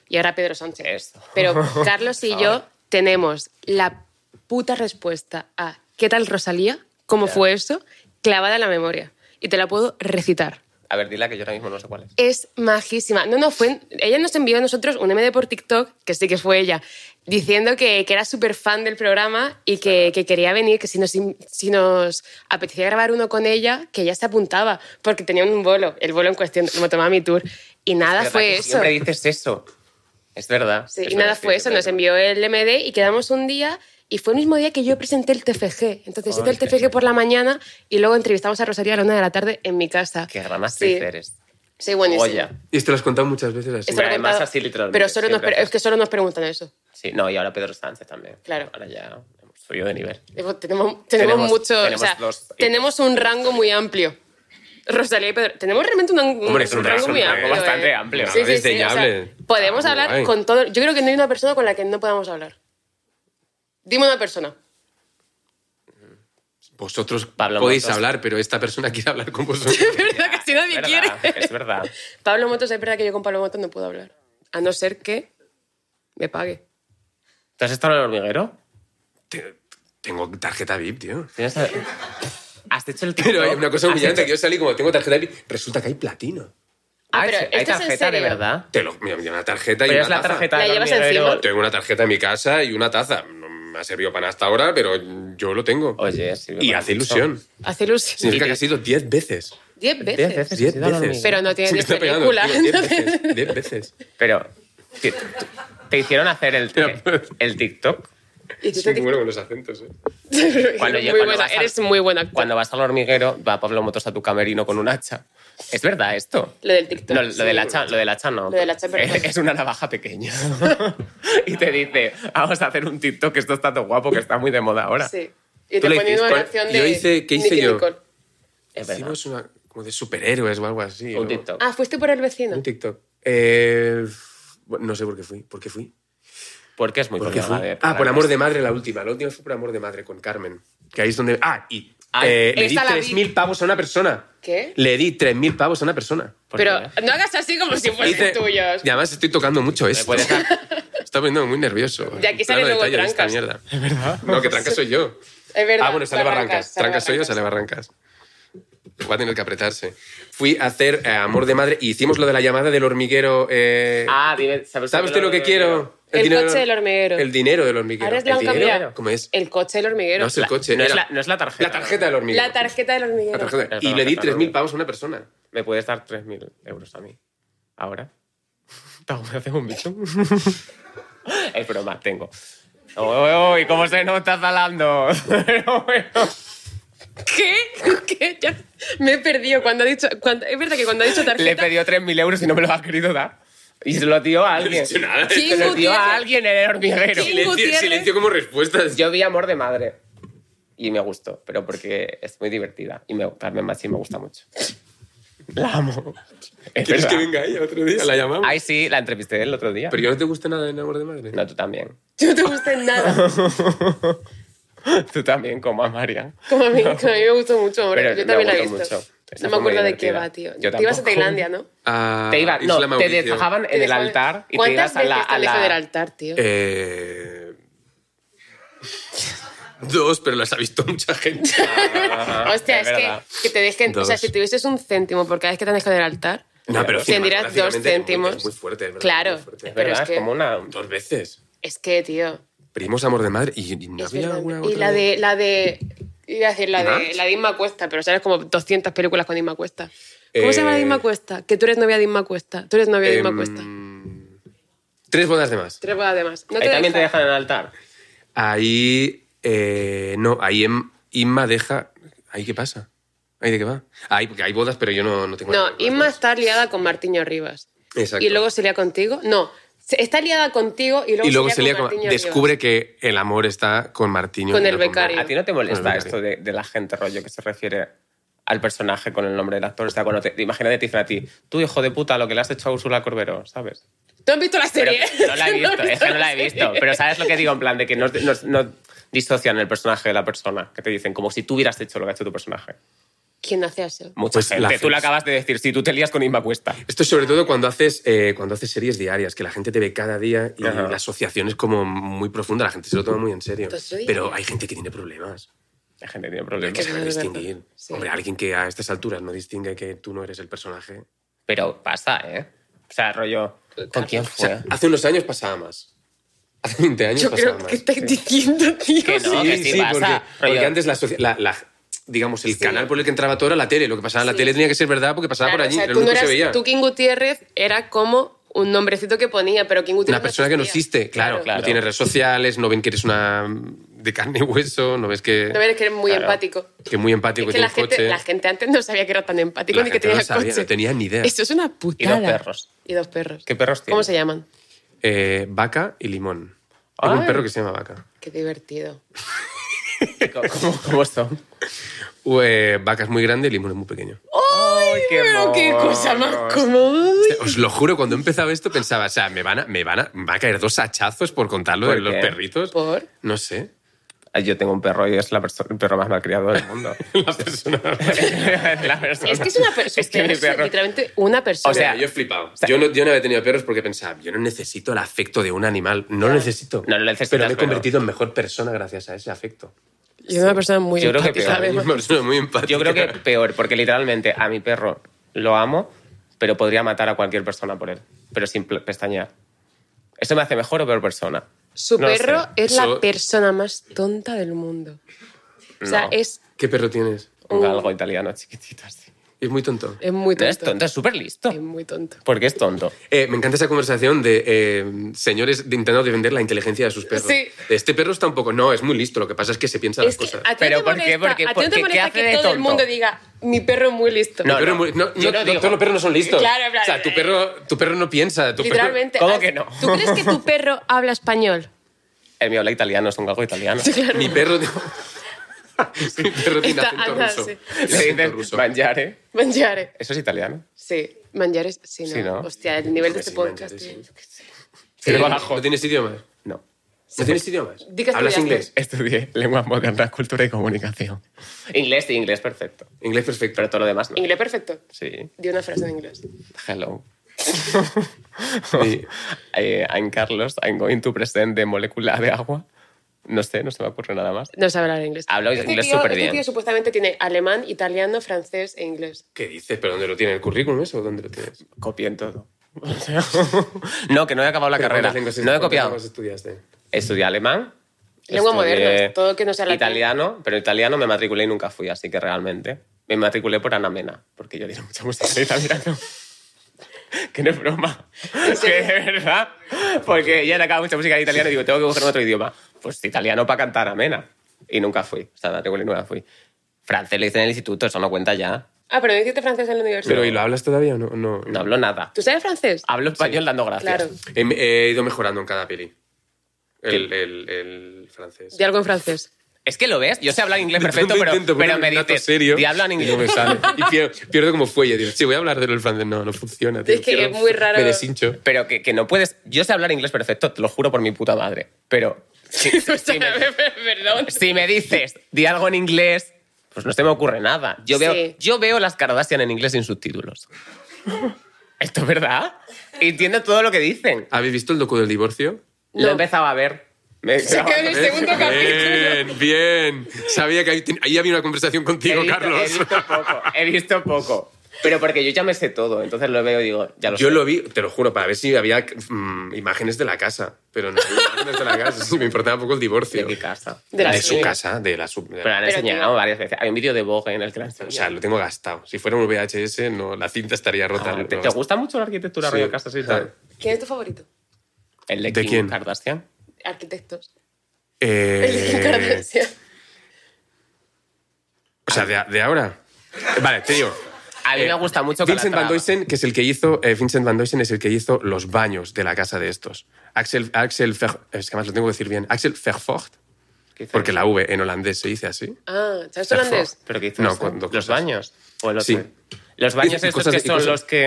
Y ahora a Pedro Sánchez.
Eso.
Pero Carlos y yo tenemos la puta respuesta a ¿qué tal Rosalía? ¿Cómo fue eso? Clavada en la memoria. Y te la puedo recitar.
A ver, dila que yo ahora mismo no sé cuál es.
Es majísima. No, no, fue. Ella nos envió a nosotros un MD por TikTok, que sí que fue ella, diciendo que, que era súper fan del programa y que, que quería venir, que si nos, si nos apetecía grabar uno con ella, que ella se apuntaba, porque tenía un vuelo, el vuelo en cuestión, como tomaba mi tour. Y nada
Es verdad
fue
que
eso.
Siempre dices eso. Es verdad.
Sí,
Es
y nada
verdad,
fue
sí,
eso.
siempre
Nos
digo.
envió el MD y quedamos un día. Y fue el mismo día que yo presenté el TFG. Entonces hice el
Ole.
TFG por la mañana y luego entrevistamos a Rosalía a la una de la tarde en mi casa.
Qué rama
sí.
eres.
Sí, buenísimo.
Goya.
Y esto lo has contado muchas veces así.
Esto lo he
Además,
contado,
así literalmente,
Pero solo nos,
siempre
pre-
haces.
es que solo nos preguntan eso.
Sí, no, y ahora Pedro Sánchez también.
Claro.
Ahora ya hemos subido de nivel.
Tenemos, tenemos,
Tenemos-
mucho. o
tenemos
sea,
dos-
tenemos un rango muy amplio. Rosalía y Pedro. Tenemos realmente un, un-
Hombre, es un
rango
rango,
muy
eh,
amplio.
bastante
eh.
amplio.
Sí, sí, sí, o sea,
Desdeñable.
podemos
Ah,
hablar
guay.
con todo. Yo creo que no hay una persona con la que no podamos hablar. Dime una persona.
Vosotros
Pablo
podéis
Motos.
hablar, pero esta persona quiere hablar con vosotros.
Es verdad que si nadie
Es
quiere.
verdad, Es verdad.
Pablo Motos, es verdad que yo con Pablo Motos no puedo hablar. A no ser que me pague.
¿Tú has estado en el hormiguero?
Te- tengo tarjeta VIP, tío.
¿Tienes- ¿Has hecho el
Pero hay
TikTok?
una cosa
¿Has
humillante
hecho-
que yo salí como tengo tarjeta VIP, resulta que hay platino.
Ah,
Ah,
pero
sí,
esto
hay
es en
tarjeta de
serio.
verdad.
Te lo, mira, una tarjeta y
Pero
una
es la
taza.
tarjeta
¿La
del
llevas
hormiguero.
encima?
Tengo una tarjeta en mi casa y una taza. No me ha servido para nada hasta ahora, pero yo lo tengo.
Oye, sí. me
y
parece
hace
mucho.
ilusión.
Hace ilusión.
Significa que ha sido 10 veces.
Diez veces.
Diez veces.
10
Sí, da lo
veces.
mismo.
Pero no tiene
Se me
ni
está pegando,
película,
tío, 10
entonces.
veces. 10 veces.
pues. Pero, ¿te, te- te hicieron hacer el, el TikTok?
Y tú
Soy
te-
muy bueno con los acentos, ¿eh?
Cuando
Eres
yo-
muy
cuando
buena,
vas a-
eres muy buena. actriz.
Cuando vas al hormiguero, va Pablo Motos a tu camerino con un hacha. ¿Es verdad esto?
Lo del TikTok.
No, lo del hacha, lo del hacha no.
Lo del hacha, perdón.
es, es una navaja pequeña. y te dice, vamos a hacer un TikTok, esto está tan guapo, que está muy de moda ahora.
Sí. Y
Tú
te
lo
poniendo
hiciste,
una
¿cuál?
canción de.
Yo hice- ¿qué hice
Nicki
yo?
Nicole.
Es verdad.
Hicimos una como de superhéroes o algo así.
Un
¿no?
TikTok.
Ah, fuiste por el vecino.
Un TikTok. Eh, bueno, no sé por qué fui. ¿Por qué fui?
Porque es muy
¿Por qué fui?
colgada, eh,
Ah, por
realmente.
amor de madre, la última. La última fue por amor de madre con Carmen. Que ahí es donde. Ah, y.
Ay,
eh, le di
esta la vi.
3.000 pavos a una persona.
¿Qué?
Le di 3.000 pavos a una persona.
¿Por
Pero
qué?
no hagas así como si fuesen
Hice-
tuyos.
Y además estoy tocando mucho
¿Me
esto.
puedes
Está
dar-
poniendo muy nervioso.
De aquí
Un plano
sale luego
detalle de esta
Trancas.
mierda. Es verdad. No, que trancas soy yo.
Es verdad.
Ah, bueno, sale Barrancas. Trancas soy yo, sale
Barrancas.
Barrancas. Va a tener que apretarse. Fui a hacer eh, Amor de Madre y hicimos lo de la llamada del hormiguero. eh,
Ah, dime, ¿sabes,
¿Sabe usted lo que quiero?
El coche del hormiguero.
El dinero del hormiguero.
Ahora es la
¿El
han
dinero?
cambiado.
¿Cómo es?
El coche del hormiguero.
No es el
La-
coche.
no es
era-
la- no es la tarjeta.
La tarjeta del hormiguero.
La tarjeta del hormiguero.
La tarjeta.
Es la
Y le di
tarjeta del
3.000
hormiguero.
pavos a una persona.
¿Me puedes dar 3.000 euros a mí? ¿Ahora? Tengo que hacer un bicho. es broma, tengo. Uy, uy, uy, ¿cómo se nota Zalando? Pero bueno.
¿Qué? ¿Qué? Ya me he perdido. Cuando ha dicho, cuando- es verdad que cuando ha dicho
Le he
tarjeta.
pedido 3.000 euros y no me lo ha querido dar. Y se lo dio a alguien.
dicho nada.
Se lo dio a alguien en el hormiguero. Pues
¿Quién? Gutiérrez.
silencio como respuestas.
Yo vi Amor de Madre. Y me gustó, pero porque es muy divertida. Y me, Carmen Machi me gusta mucho. La amo. Es
¿Quieres que
verdad.
venga ella otro día? La llamamos.
Ay, sí, la entrevisté el otro día.
Pero yo no te gusta nada en Amor de Madre.
No, tú también.
No te gusta en nada.
Tú también, como a María.
Como a mí, que a mí me gustó mucho. hombre.
Pero me
yo también la he
gustó
visto.
mucho. Esa
No me
fue muy
acuerdo de qué
divertida.
va, tío.
Yo
Te ibas
tampoco.
a Tailandia, ¿no?
A
Te iba,
Ah, Isla
no, te
Mauricio.
deshajaban
Te
en el
dejaban-
altar y te
¿Cuántas
ibas a la...
veces te
A
han dejado del
la...
altar, tío?
Eh, Dos, pero las ha visto mucha gente.
Ajá,
Hostia,
Ah, es
es, que,
verdad.
que te dejen. O sea,
Dos.
si tuvieses un céntimo por cada vez que te han dejado del altar.
No, pero
Tendrías dos
cinematográficamente es muy-
céntimos.
Es muy fuerte, es verdad,
Claro.
muy fuerte.
Es
Pero
verdad,
es
es,
que-
como una...
Dos veces.
Es que, tío.
Primos amor de madre y, y no
es
había
verdad.
alguna
y
otra
la de. La de iba a decir, la de,
¿Más?
la de Inma Cuesta, pero sabes como 200 películas con Inma Cuesta. ¿Cómo se llama la de
Eh,
Inma Cuesta? Que tú eres novia de Inma Cuesta. Tú eres novia de Inma
Em,
Cuesta.
Tres bodas de más.
Tres bodas de más. No
Ahí
te
también te dejan
dejan.
en el altar.
Ahí eh, no, ahí em- Inma deja. ¿Ahí qué pasa? ¿Ahí de qué va? Ahí, porque hay bodas, pero yo no, no tengo
No,
nada que ver con
Inma
las
está liada con Martiño Rivas.
bodas. Exacto.
Y luego se lía contigo. No, se- está liada contigo y luego,
Y luego se lía
con,
con-
Martiño Rivas.
Descubre que el amor está con Martiño.
Con
y
el
no
becario.
¿A ti no te
Con
molesta
el
esto de, de la gente rollo que se refiere al personaje con el nombre del actor? O sea, cuando te, imagínate Tifra a ti, tú hijo de puta, lo que le has hecho a Úrsula Corberó, ¿sabes?
¿Tú has visto la
Pero
serie?
no la he visto, es que no la he visto. Pero ¿sabes lo que digo? En plan de que no, no, no disocian el personaje de la persona, que te dicen como si tú hubieras hecho lo que ha hecho tu personaje.
¿Quién hace eso?
Mucha
Pues
gente.
la
Tú lo
haces.
acabas de decir, si tú te lías con Inma Cuesta.
Esto es sobre todo cuando haces, eh, cuando haces series diarias, que la gente te ve cada día y
Ajá.
la asociación es como muy profunda, la gente se lo toma muy en serio.
Pues soy-
Pero hay gente que tiene problemas.
La gente tiene
que
problemas.
saber
Es verdad.
distinguir.
Sí.
Hombre, alguien que a estas alturas no distingue que tú no eres el personaje.
Pero pasa, ¿eh? O sea, rollo. ¿Con quién
O sea,
fue?
hace unos años pasaba más. Hace 20 años
Yo
pasaba
creo
más.
que estás diciendo, tío.
Que no,
sí,
que sí,
sí,
pasa.
porque, porque
Rollo,
antes la, socia- la- la- digamos, el canal por el que entraba todo era la tele. Lo que pasaba en la
Sí.
tele tenía que ser verdad porque pasaba por
Claro,
allí.
o sea,
era
tú,
lo
no
único que se
eras-
veía.
tú, King Gutiérrez era como un nombrecito que ponía, pero King Gutiérrez.
Una persona que no existe, claro,
Claro.
No tiene redes sociales, no ven que eres una de carne y hueso, no ves que,
No ves que eres muy
Claro.
empático.
que muy empático
Es que la
tiene
gente,
coche.
la gente antes no sabía que era tan empático
La
ni que
gente no
tenía
sabía,
coche.
no tenía ni idea.
Esto es una
Y
putada.
dos perros.
Y dos perros.
¿Qué perros
¿Cómo
tienes?
se llaman?
Eh, vaca y limón. Tengo
Ay.
un perro que se llama vaca.
Qué divertido.
¿Cómo, cómo son?
O, eh, vaca es muy grande y limón es muy pequeño.
¡Ay, qué
Pero qué cosa más cómoda.
Os lo juro, cuando he empezado esto pensaba, o sea, me van a, me van a, me va a caer dos hachazos por contarlo
¿Por
de los
qué?
perritos.
¿Por?
No sé.
Yo tengo un perro y es la perso- el perro más malcriado del mundo.
La persona.
la persona.
Es que es una persona.
Es que mi perro...
literalmente una persona.
O sea,
yo he flipado. yo, no, yo no había tenido perros porque pensaba, yo no necesito el afecto de un animal. No lo necesito.
No lo necesitas,
Pero me he
pero-
convertido en mejor persona gracias a ese afecto.
yo soy una persona muy
Yo creo que
empática.
peor.
Ahora mismo
además.
me suena muy empática.
Yo creo que peor, porque literalmente a mi perro lo amo, pero podría matar a cualquier persona por él, pero sin pl- pestañear. ¿Eso me hace mejor o peor persona?
Su
No lo sé.
perro es la
Eso-
persona más tonta del mundo. O sea,
No.
es
¿Qué perro tienes?
Un galgo italiano chiquitito así.
Y es muy tonto.
Es Oh. muy
No es
tonto.
tonto, es súper listo.
Es muy tonto.
Porque es tonto.
Eh, me encanta esa conversación de eh, señores de intentando defender la inteligencia de sus perros.
Sí.
De Este perro está un poco... No, es muy listo, lo que pasa es que se piensa
Es
las
que
cosas.
a ti
Pero
no te
¿por qué?
molesta,
Porque-
a ti no
porque
te molesta
hace
que
de
todo el
tonto.
mundo diga, mi perro es muy listo.
Mi
No,
perro
no,
es muy- no,
yo no
no, no,
digo.
todos los perros no son listos.
Claro, en plan,
o sea, tu perro, tu perro no piensa. Tu perro-
Literalmente.
¿Cómo
¿has-
que no?
¿Tú crees que tu perro habla español?
El mío habla italiano, es un gago italiano.
mi perro... mi perro tiene
Está-
ah,
acento
anda,
ruso.
sí.
Le
Tiene acento
dicen
ruso.
mangiare.
Mangiare.
Eso es italiano.
Sí, mangiare, sí, no.
Sí, ¿no?
Hostia, el nivel de
Sí,
este podcast.
mangiare,
tío.
sí.
Se
Eh,
le va la
¿No
jota.
tienes idiomas?
No.
¿No tienes idiomas?
Di que
¿Hablas
estudiaste.
inglés?
Estudié lenguas modernas, cultura y comunicación. Inglés, sí, inglés perfecto.
Inglés perfecto.
Pero todo lo demás no.
Inglés perfecto.
Sí.
Di una frase en inglés.
Hello. Eh, I'm Carlos. I'm going to present the molécula de agua. No sé, no se me ocurre nada más.
No sabe hablar
Ah,
inglés.
Hablo
Este
inglés
tío-
súper
Este
bien.
tío supuestamente tiene alemán, italiano, francés e inglés.
¿Qué dices? ¿Pero dónde lo tiene? ¿El currículum eso? ¿Dónde lo tienes?
Copié en todo. no, que no he acabado la
¿Pero
carrera.
cuántas lenguas-
No he
cuántas
copiado.
lenguas estudiaste?
Estudié alemán.
Lengua
estudié
moderna, todo que no sea latín.
Italiano, pero italiano me matriculé y nunca fui, así que realmente. Me matriculé por Ana Mena, porque yo diera mucha música en italiano. que no es broma. que de verdad. Porque ella le acaba mucha música en italiano y digo, tengo que buscar otro idioma. Pues italiano para cantar Ana Mena. Y nunca fui, o sea, me matriculé y nunca fui. Francés lo hice en el instituto, eso no cuenta ya.
Ah, pero no hiciste francés en la universidad.
¿Pero Ah. y lo hablas todavía o no? no?
No hablo nada.
¿Tú sabes francés?
Hablo español dando gracias.
Claro.
He, he ido mejorando en cada peli. El, el, el francés.
Di algo en francés.
Es que lo ves, yo sé hablar inglés perfecto,
Yo
pero,
intento
pero me
ponerme un dato
dices,
serio
"Di, habla en
Y no me
inglés.
sale. Y pierdo, pierdo como fuelle. Digo, sí, voy a hablar del francés. No, no funciona. tío.
Es que
Pierdo-
es muy raro.
Me deshincho.
Pero que, que no puedes. Yo sé hablar inglés perfecto, te lo juro por mi puta madre. Pero si, si- si me,
Perdón.
si me dices, di algo en inglés, pues no se me ocurre nada. Yo veo,
Sí.
yo veo las Kardashian en inglés sin subtítulos. Esto es verdad. Entiendo todo lo que dicen.
¿Habéis visto el docu del divorcio?
Lo he
No.
empezado a ver. Me-
Se quedó en el segundo capítulo.
Eh, Bien, bien. Sabía que ahí, ten- ahí había una conversación
he
contigo,
visto-
Carlos.
He visto poco. He visto poco. Pero porque yo ya me sé todo, entonces lo veo y digo, ya lo
Yo
sé.
lo vi, te lo juro, para ver si había mm, imágenes de la casa. Pero no había imágenes de la casa. Sí, me importaba poco el divorcio.
¿De qué casa?
De la
De
Sí.
su casa, de la sub. de la-
Pero la han
Pero
enseñado
tío.
varias veces. Hay un vídeo de Vogue en el que la han
O
enseñado.
sea, lo tengo gastado. Si fuera un VHS, no, la cinta estaría rota.
Ah, ¿te,
Lo
te
gast-
gusta mucho la arquitectura
Sí.
rollo casas y tal?
¿Quién es tu favorito?
¿El de,
¿De
Kim
quién?
Kardashian?
Arquitectos. El de Kim
Eh,
Kardashian.
o sea, de, de ahora. Vale, te digo.
A mí
Eh,
me gusta mucho
Vincent
Calatrava.
Van Doysen, que es el que hizo, eh, Vincent Van Doysen es el que hizo los baños de la casa de estos. Axel, Axel Ver- es que además lo tengo que decir bien. Axel Vervoort,
¿Qué dice?
porque la V en holandés se dice así.
Ah, ¿sabes holandés?
¿Pero qué dices?
No, cuando-
¿Los baños? ¿O el otro?
Sí.
Los baños
Y- y
estos
cosas-
que
y
son
cosas-
los que...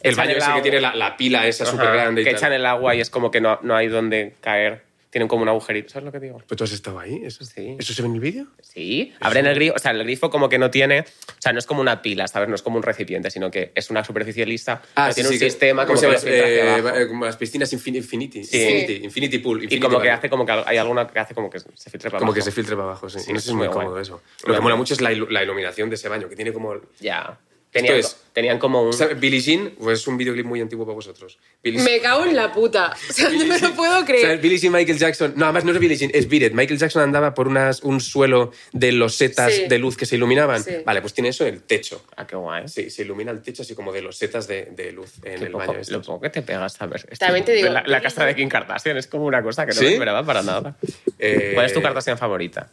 El
echan
baño ese que
agua-
tiene la, la pila esa
Ajá,
súper grande y
Que
tal.
echan el agua y es como que no, no hay donde caer. Tienen como un agujerito. ¿Sabes lo que digo?
¿Pero tú has estado ahí? Pues ¿Eso,
Sí.
¿Eso se ve en el vídeo?
Sí, abren el grifo, o sea, el grifo como que no tiene, o sea, no es como una pila, ¿sabes? No es como un recipiente, sino que es una superficie lisa, no tiene un
que-
sistema como
¿cómo se
Ah, que
llama?
lo filtra hacia
Eh,
abajo.
eh, como las piscinas infin- Infinity.
Sí.
Infinity, Infinity Pool.
Y
Infinity
como que
Baño.
hace como que hay alguna que hace como que se filtra para
Como que
abajo.
se filtre para abajo, sí.
Sí,
no
es
sé si es
muy
muy
guay.
cómodo eso. Lo que mola mucho es la, ilu- la iluminación de ese baño, que tiene como... el-
Ya. Tenían,
Esto es-
tenían como un...
O sea, Billie Jean pues, es un videoclip muy antiguo para vosotros. Billie
Me cago en la puta. O sea, no me lo puedo
O sea,
creer.
Billie Jean, Michael Jackson... No, además no es Billie Jean, es Beat It. Michael Jackson andaba por unas, un suelo de losetas
Sí.
de luz que se iluminaban.
Sí.
Vale, pues tiene eso el techo.
Ah, qué guay.
Sí, se ilumina el techo así como de losetas de, de luz en
Qué
el
poco-
baño. este.
lo
estos.
poco que te pegas, a ver. esto-
También te digo-
La, la casa de Kim Kardashian es como una cosa que no
¿Sí?
me esperaba para nada.
Eh,
¿Cuál es tu Kardashian favorita?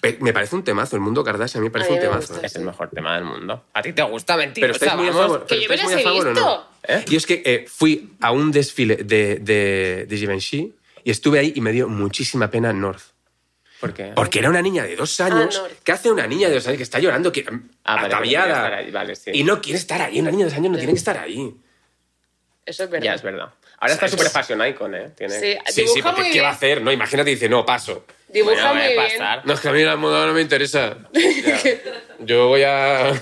pe- Me parece un temazo. El mundo Kardashian a mí me parece
A mí
un
me
temazo.
gusta. Pues
Es el mejor tema del mundo. ¿A ti te gusta mentir?
Pero estáis muy a favor.
que
pero
yo me las he
estáis muy a favor, ¿o
visto.
no?
¿Eh?
Y es que eh, fui a un desfile de, de, de Givenchy y estuve ahí y me dio muchísima pena North.
¿Por qué?
Porque era una niña de dos años.
Ah, North.
¿Qué hace una niña de dos años que está llorando, que, mm,
Ah, vale, porque
ataviada?
quería estar ahí, vale, sí.
Y no quiere estar ahí. Una niña de dos años no tiene que estar ahí.
Eso es verdad.
Ya, es verdad. Ahora está
¿Sabes?
súper fashion icon, ¿eh? Tiene...
Sí,
Sí, sí,
Ah, dibuja
porque
muy
¿qué
bien.
va a hacer? No, imagínate, dice, no, paso.
Dibuja
Bueno,
muy
voy a
bien.
pasar.
No, es que a mí la moda no me interesa. Yo voy a.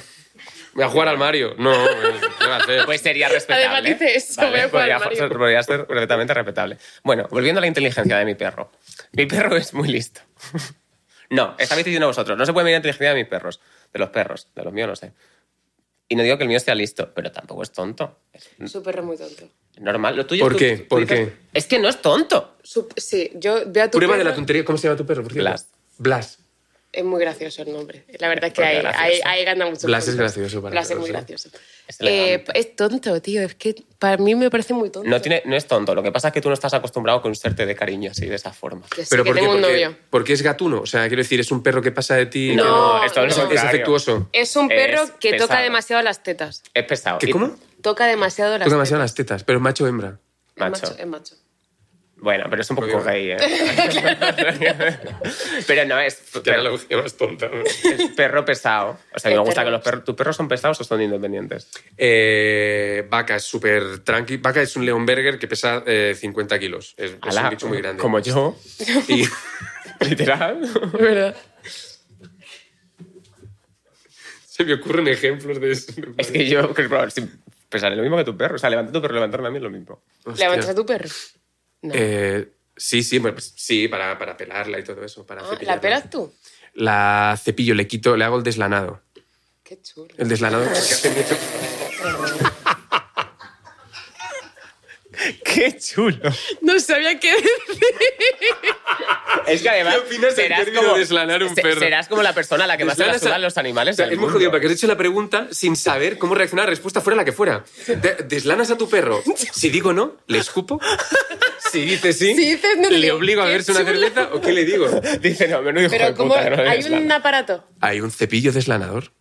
Voy a jugar al Mario. No, eh, ¿qué va a hacer?
Pues sería respetable.
Además dice eso, voy a jugar
podría,
al Mario.
ser- podría ser perfectamente respetable. Bueno, volviendo a la inteligencia de mi perro. Mi perro es muy listo. No, estáis diciendo vosotros. No se puede medir la inteligencia de mis perros. De los perros. De los míos no sé. Y no digo que el mío sea listo, pero tampoco es tonto. Es
Súper muy tonto.
normal. Lo tuyo
¿Por
tú-
qué?
tú
¿Por
dices,
qué?
Es que no es tonto.
Sup- sí, yo veo a tu
Prueba de
perro-
la tontería. ¿Cómo se llama tu perro? por cierto?
Blas.
Blas.
Es muy gracioso el nombre. La verdad es que
Porque
ahí,
gracioso.
ahí, ahí gana mucho.
Blas
punto.
es gracioso para
Blas es muy
nosotros,
gracioso.
Es
Eh,
elegante.
es tonto, tío. Es que para mí me parece muy tonto.
No, tiene, no es tonto, lo que pasa es que tú no estás acostumbrado a conserte de cariño así, de esa forma.
Que sí,
Pero
que
¿por qué?
tengo un
Porque-
novio.
porque es gatuno. O sea, quiero decir, es un perro que pasa de ti. y
No,
que
esto
no.
es,
Es afectuoso.
Es un
Es
perro que
pesado.
toca demasiado las tetas.
Es pesado.
¿Qué,
Y-
¿Cómo?
Toca demasiado las
Toca demasiado las tetas, pero es macho o hembra.
tetas.
Macho.
Es macho.
Bueno, pero es un poco
Obvio.
gay, ¿eh? pero no, es, per-
más tonta.
es perro pesado. O sea, a mí me
Es
gusta
perro
que los perros... ¿Tus perros son pesados o son independientes?
Eh, vaca es súper tranqui. Vaca es un león burger que pesa eh, 50 kilos. Es, es
Alá,
un bicho muy grande.
Como yo,
Y-
literal.
Es verdad.
se me ocurren ejemplos de eso.
es que yo, que, bro, sí, pesaré lo mismo que tu perro. O sea, levantar tu perro, levantarme a mí es lo mismo.
Hostia.
¿Levantas a tu perro? No.
Eh, sí, sí, bueno, pues sí, para, para pelarla y todo eso. Para
Ah, ¿La
cepillarla.
pelas tú?
La cepillo, le quito, le hago el deslanado.
Qué chulo.
El deslanado.
¡Qué chulo!
No sabía qué decir.
Es que además
¿Qué opinas del
serás
término
como,
deslanar un
se-
perro?
serás como la persona a la que más se la
Deslanas a-
sudan los
O
animales
sea,
del
es muy
mundo.
jodido porque has hecho la pregunta sin saber cómo reaccionar. La respuesta fuera la que fuera. De- deslanas a tu perro. Si digo no, le escupo. Si dice sí,
Si dices no,
le
digo,
obligo a
qué
verse una
chulo.
cerveza o qué le digo.
Dice, no, menudo hijo de
Pero ¿cómo?
puta. que no le
hay
deslana.
un aparato.
Hay un cepillo deslanador.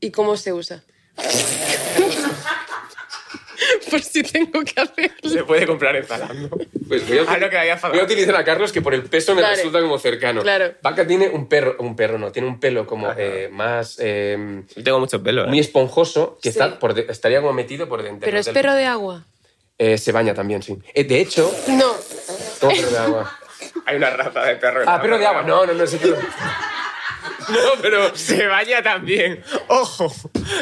¿Y cómo se usa? Por si tengo que hacerlo.
Se puede comprar en Zalando.
Pues voy a,
Ah, no, que había falado.
voy a utilizar a Carlos que por el peso me
Claro.
resulta como cercano.
Claro.
Vaca tiene un perro, un perro no, tiene un pelo como
Ah,
eh, más eh,
Yo tengo mucho pelo, ¿eh?
muy esponjoso que
Sí.
está por de- estaría como metido por dentro.
Pero es perro de agua.
se baña también, sí. Eh, de hecho,
No.
¿cómo perro de agua?
Hay una raza de perro. en
Ah,
Zalando.
perro de agua. No, no, no, sí, perro. No, pero
Se baña también. ¡Ojo!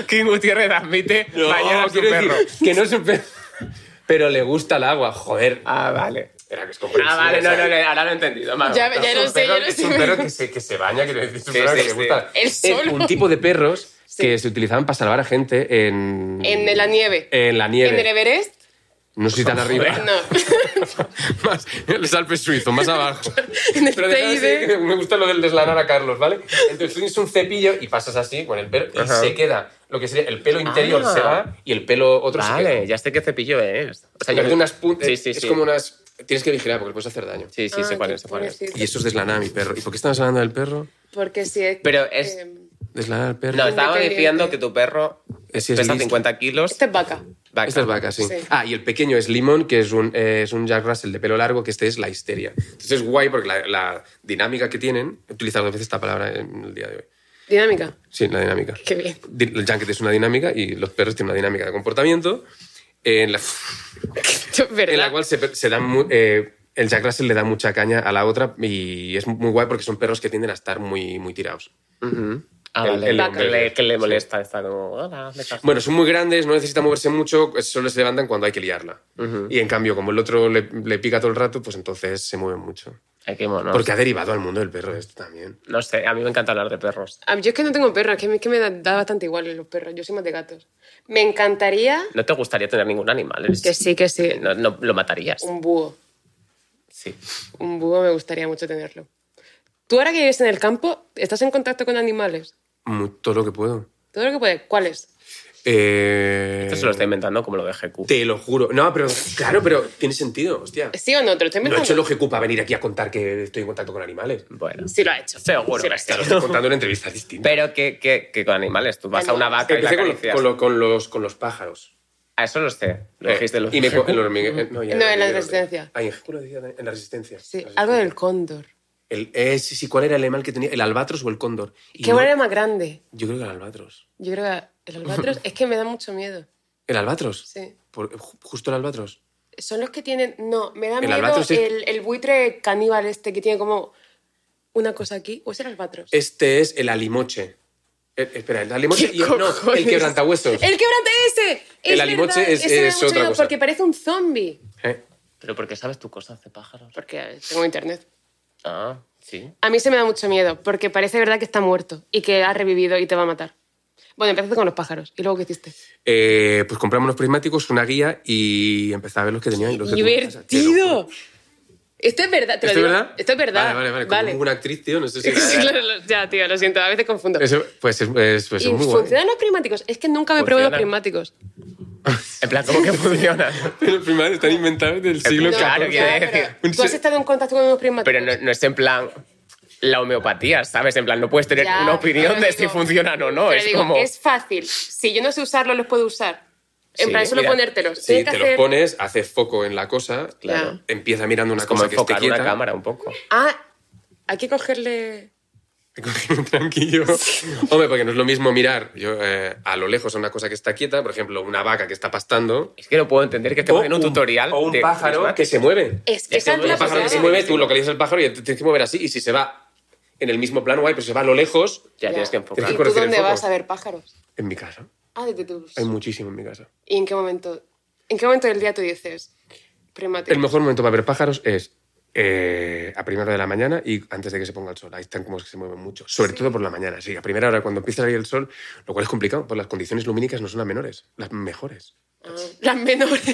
King Gutiérrez admite
No,
bañar a su
quiero decir
perro.
que no es un perro. Pero le gusta el agua, joder.
Ah, vale.
Era que es
Ah,
comprensible,
vale, no,
o
no,
sea,
no, ahora lo he entendido. me ha
Ya-
gustado.
ya lo
es un
sé,
perro-
ya lo
es
sé.
un perro que se, que se baña, quiero decir, es un
Sí,
perro
sí,
que le
sí.
gusta.
Él
Es
solo.
un tipo de perros que se utilizaban para salvar a gente en...
En la nieve.
En la
¿En el
nieve.
Everest?
No sé si tan arriba.
No.
más, en los Alpes suizos, más abajo.
En el
Pero deja de
Teide.
ser que me gusta lo del deslanar a Carlos, ¿vale? Entonces tienes un cepillo y pasas así con el pelo y
Ajá.
se queda lo que sería el pelo interior
Ah.
se va y el pelo otro se queda.
Vale, ya sé qué cepillo es. O sea, yo-
Pero unas puntas.
Sí, sí,
es
sí.
como unas. Tienes que vigilar porque puedes hacer daño.
Sí, sí,
Ah,
sé cuál
qué
es, sé cuál es.
pobrecito.
Y eso es deslanar a mi perro. ¿Y por qué estamos hablando del perro?
Porque si es...
Pero es-
em,
Deslanar al perro.
No, estaba
Independiente.
diciendo que tu perro
Ese es
pesa
listo.
50 kilos.
Esta es vaca.
vaca.
Esta es vaca, sí.
Sí.
Ah, y el pequeño es Limón, que es un, eh, es un Jack Russell de pelo largo, que este es la histeria. Entonces es guay porque la, la dinámica que tienen. He utilizado dos veces esta palabra en el día de hoy.
Dinámica.
Sí, la dinámica.
Qué bien.
Di- El Junket es una dinámica y los perros tienen una dinámica de comportamiento en la,
Yo, ¿Verdad?
en la cual se, per- se dan mu- eh, el Jack Russell le da mucha caña a la otra y es muy guay porque son perros que tienden a estar muy, muy tirados.
Ah,
El-
vale.
el
que, le,
hombre.
que le molesta. Está como, hola, me cago".
Bueno, son muy grandes, no necesita moverse mucho, solo se levantan cuando hay que liarla. Y en cambio, como el otro le, le pica todo el rato, pues entonces se mueven mucho.
Ay, qué monos.
Porque ha derivado al mundo del perro esto también.
No sé, a mí me encanta hablar de perros.
A mí- Yo es que no tengo perros, que a mí es que me da, da bastante igual los perros. Yo soy más de gatos. Me encantaría...
No te gustaría tener ningún animal. Eres-
Que sí, que sí.
No, no lo matarías.
Un búho.
Sí.
Un búho me gustaría mucho tenerlo. Tú ahora que vives en el campo, ¿estás en contacto con animales?
Mu- todo lo que puedo.
Todo lo que puedes. ¿Cuáles?
Eh,
Esto se lo está inventando como lo de GQ.
Te lo juro. No, pero claro, pero tiene sentido, hostia.
¿Sí o no? ¿Te lo estoy
No he hecho
inventando?
el OGQ para venir aquí a contar que estoy en contacto con animales.
Bueno.
Sí lo ha hecho.
Seguro
Sí
que
lo ha
sí.
hecho.
Estoy contando una entrevista distinta.
Pero que, que, que con animales. Tú vas a una
Animales.
vaca y la
Empecé con, lo-
acaricias.
con lo- con los, con los pájaros.
A eso lo sé. Lo dijiste lo
y me co- el hormigue- eh, No, ya,
No, en la
hormiguero,
resistencia.
Ah, en GQ lo decía, en la resistencia.
Sí,
La
algo
resistencia.
del cóndor.
El, eh, sí, sí, ¿cuál era el animal que tenía? ¿El albatros o el cóndor? Y
¿Qué
no-
igual era más grande?
Yo creo que el albatros.
Yo creo que el albatros es que me da mucho miedo.
¿El albatros?
Sí.
Por- ju- justo el albatros.
Son los que tienen... No, me da
El
miedo
albatros es-
el, el buitre caníbal este que tiene como una cosa aquí. ¿O es el albatros?
Este es el alimoche. Eh, espera, el alimoche y el, no, el quebrantahuesos.
¡El quebrante ese! Es
El alimoche
verdad,
es-
ese me da
es
mucho
otra
miedo
cosa.
Porque parece un zombie.
Eh,
Pero porque sabes tú cosas de pájaros.
Porque tengo internet.
Ah, sí.
A mí se me da mucho miedo, porque parece verdad que está muerto y que ha revivido y te va a matar. Bueno, empezaste con los pájaros. ¿Y luego qué hiciste?
eh, pues compramos unos prismáticos, una guía y empezaba a ver los que tenían. y los que tenían en casa, te lo juro.
¡Divertido! Esto es verdad, te lo
¿Esto es
digo.
verdad?
Esto es verdad.
Vale, vale, vale. Como una actriz, tío, no sé si...
Sí, claro, lo- ya, tío, lo siento, a veces confundo.
Eso, pues es, es- pues es
¿Y
muy guay.
funcionan los prismáticos? Es que nunca me pruebo los
Funciona.
prismáticos.
En plan, ¿cómo que funciona?
Pero el primario están inventados del
No,
siglo XIV.
claro, quiero
ya,
decir.
pero ¿Tú has estado en contacto con unos prismáticos?
Pero no, no es en plan la homeopatía, ¿sabes? En plan, no puedes tener
Ya,
una opinión
pero
de
digo-
si funcionan o no.
pero
Es
digo,
como...
es fácil. Si yo no sé usarlo, los puedo usar. En
Sí,
plan, solo
mira,
ponértelos.
Sí,
Tienes que
te los
hacer-
pones, haces foco en la cosa,
Claro.
empieza mirando una
Es como
cosa que esté
enfocar
quieta.
una cámara un poco.
Ah, hay que cogerle...
Tranquillo. Hombre, porque no es lo mismo mirar yo, eh, a lo lejos a una cosa que está quieta, por ejemplo, una vaca que está pastando.
Es que no puedo entender que te ponen un, tutorial
o un
de
pájaro que se mueve.
Es que
Ya está,
esa es
un
la
Un pájaro que se
Eh, cosa.
mueve, tú localizas el pájaro y te tienes que mover así. Y si se va en el mismo plano, guay, pero se va a lo lejos,
Ya, tienes que
Tienes
¿Y
enfocar.
que
tú
corregir el
dónde
foco.
vas a ver pájaros?
en mi casa.
Ah, de tus...
Hay muchísimo en mi casa.
¿Y en qué momento? ¿En qué momento del día tú dices? Primático.
El mejor momento para ver pájaros es eh, a primera hora de la mañana y antes de que se ponga el sol. Ahí están como que se mueven mucho. Sobre todo por la mañana, sí. A primera hora, cuando empieza a salir el sol, lo cual es complicado, porque las condiciones lumínicas no son las menores, las mejores.
Ah, las menores.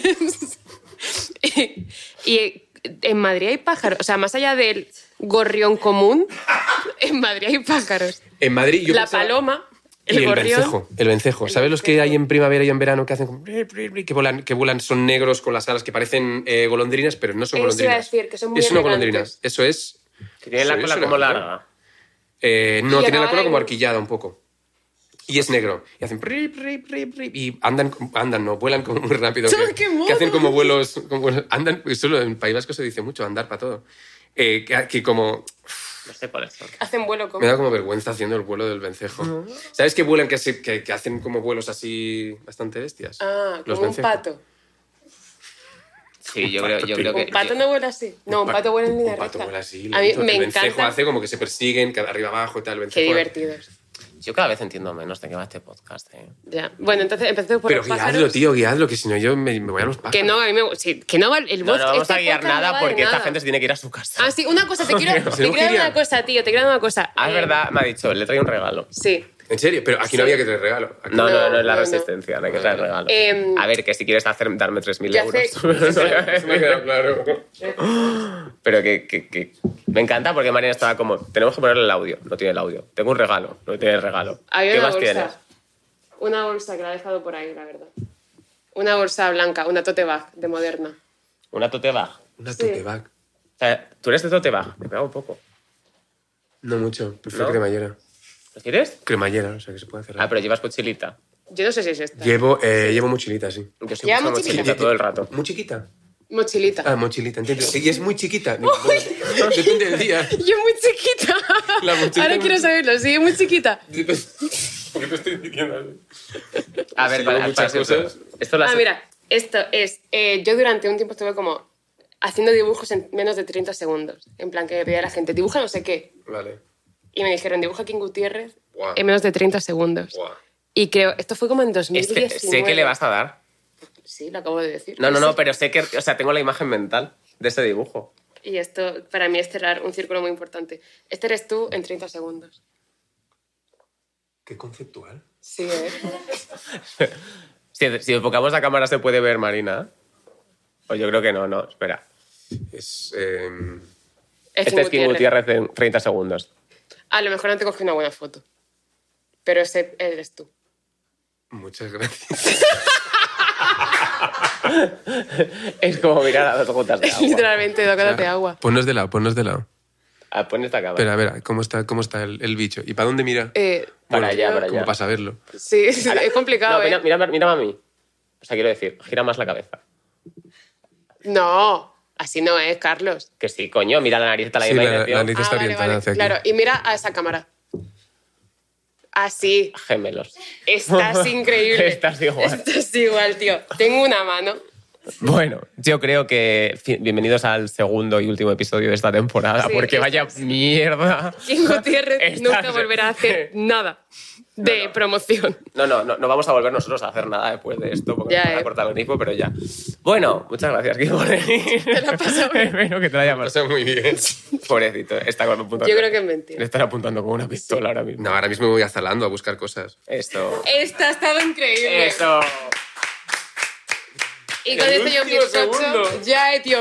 y, y en Madrid hay pájaros. O sea, más allá del gorrión común, en Madrid hay pájaros.
En Madrid yo
la
pensaba-
paloma,
Y
el gorrión.
vencejo, el vencejo. ¿Sabes los que hay en primavera y en verano que hacen como... que vuelan, que vuelan son negros con las alas que parecen eh, golondrinas, pero no son
Eso iba a
golondrinas.
decir, que son muy
Es una
elegantes.
golondrina. Eso es...
Que tiene la
Sí,
cola
eso
como
era, ¿no?
larga.
Eh, no,
Y
tiene la cola
acaban
como
en-
arquillada un poco. Y es negro. Y hacen... pri, pri, pri, pri, y andan, andan, no, vuelan como muy rápido.
¡Ay,
que,
qué
que
mono!
hacen como vuelos... como vuelos- andan, solo en País Vasco se dice mucho, andar para todo. Eh, que, que como...
No sé cuáles son.
Hacen vuelo
Me
común.
da como vergüenza haciendo el vuelo del vencejo.
Ah.
¿Sabes que vuelan, que, se- que- que hacen como vuelos así bastante bestias?
Ah,
Los
como un
vencejos.
pato.
Sí, yo creo, yo
Un
creo que...
Un pato no vuela así. No, un
pa-
pato vuela en línea
Un pato
recta.
vuela así.
A mí
lento.
me
el vencejo
encanta.
hace como que se persiguen, que arriba abajo y tal. el
Qué
vencejo-
divertidos.
Yo cada vez entiendo menos de qué va este podcast, ¿eh?
Ya. Bueno, entonces empecemos por
Pero
los pájaros.
guiadlo, tío, guiadlo, que si no yo me, me voy a los pájaros.
Que no, a mí me gu- sí, que no va el
No,
bosque-
no vamos
este
a guiar
podcast no
nada
va de
porque esta
nada.
gente se tiene que ir a su casa.
Ah, sí, una cosa, te quiero,
Pero,
te quiero
Nuria.
una cosa, tío, te quiero una cosa.
Ah, es
Eh,
verdad, me ha dicho, le traigo un regalo.
Sí.
En serio, pero aquí no
Sí.
había que te regalo. Aquí-
No, no, no,
No,
es la
no, no.
resistencia, no, hay que traer regalo.
Em,
a ver, que si quieres hacer, darme 3.000
ya
euros.
sé.
Eso me ha quedado claro.
Pero que, que- que- Me encanta porque Mariana estaba como, tenemos que ponerle el audio, no tiene el audio. Tengo un regalo, no tiene el regalo.
Había
¿Qué
una
más
bolsa.
tienes?
Una bolsa que la he dejado por ahí, la verdad. Una bolsa blanca, una tote bag de Moderna.
Una tote bag. O
Una
Sí.
tote bag.
sea, tú eres de tote bag, me pega un poco.
No mucho, prefiero
¿No?
cremallera.
¿Lo quieres?
Cremallera, o sea que se puede cerrar.
Ah, pero llevas mochilita.
Yo no sé si es esta.
Llevo, eh, llevo mochilita, sí.
Yo soy
Lleva
mucho
mochilita.
mochilita todo el rato.
¿Muy chiquita?
Mochilita.
Ah, mochilita, entiendo. Y es muy chiquita. Bueno, depende del día.
Yo muy chiquita.
La mochila
Ahora
muy-
quiero saberlo, sí, es muy chiquita.
¿Por qué te estoy diciendo así?
A ver,
llevo
para-
muchas
para-
cosas.
Esto lo
Ah,
has-
mira, esto es. eh, yo durante un tiempo estuve como haciendo dibujos en menos de 30 segundos. En plan, que me pedía la gente, dibuja no sé qué.
Vale.
Y me dijeron, dibuja King Gutiérrez
Guau.
en menos de 30 segundos.
Guau.
Y creo, esto fue como en
Es
2019.
que sé que le vas a dar.
Sí, lo acabo de decir.
No, no,
Sí.
no, pero sé que, o sea, tengo la imagen mental de ese dibujo.
Y esto para mí es cerrar un círculo muy importante. Este eres tú en 30 segundos.
Qué conceptual.
Sí, ¿eh?
Si, si enfocamos la cámara se puede ver Marina. O yo creo que no, no, espera.
Es. eh,
Es
este es King Gutiérrez en 30 segundos.
A lo mejor no te cogí una buena foto. Pero ese eres tú.
muchas gracias.
Es como mirar a dos gotas de
Es
agua.
literalmente tocándote agua.
Ponnos de lado, ponnos de lado.
Ah, pon esta cámara.
Espera, a ver, ¿cómo está, cómo está el, el bicho? ¿Y para dónde mira?
Eh,
para allá, para
¿Cómo
allá.
para saberlo?
sí, es es complicado,
No, mira,
¿eh?
mira, mira a mí. O sea, quiero decir, gira más la cabeza.
No, así no es, Carlos. Ah,
Que sí, coño, mira la nariz, está la
Sí,
misma
la- la
dirección.
nariz. Te está orientada hacia aquí.
Claro, y mira a esa cámara. Así.
Gemelos.
Estás increíble.
Estás igual.
Estás igual, tío. Tengo una mano.
Bueno, yo creo que fi- bienvenidos al segundo y último episodio de esta temporada,
Sí,
porque
esto
vaya mierda.
King Gutiérrez
Estás-
nunca volverá a hacer nada de promoción.
No, no, no, no vamos a volver nosotros a hacer nada después de esto, porque
Ya,
nos van
eh.
a cortar el grifo, pero ya. Bueno, muchas gracias, Kim, por venir. Te
la has pasado bien. Pues
Espero que te la hayas pasado.
Pasa muy bien.
Pobrecito, está con un punto.
Yo creo que es mentira.
Le están apuntando con una pistola ahora mismo.
No, ahora mismo me voy a Zalando a buscar cosas.
Esto.
Esto ha estado increíble.
Eh,
Esto.
y con
el
esto yo mi este
último segundo.
bizcocho ya he tío.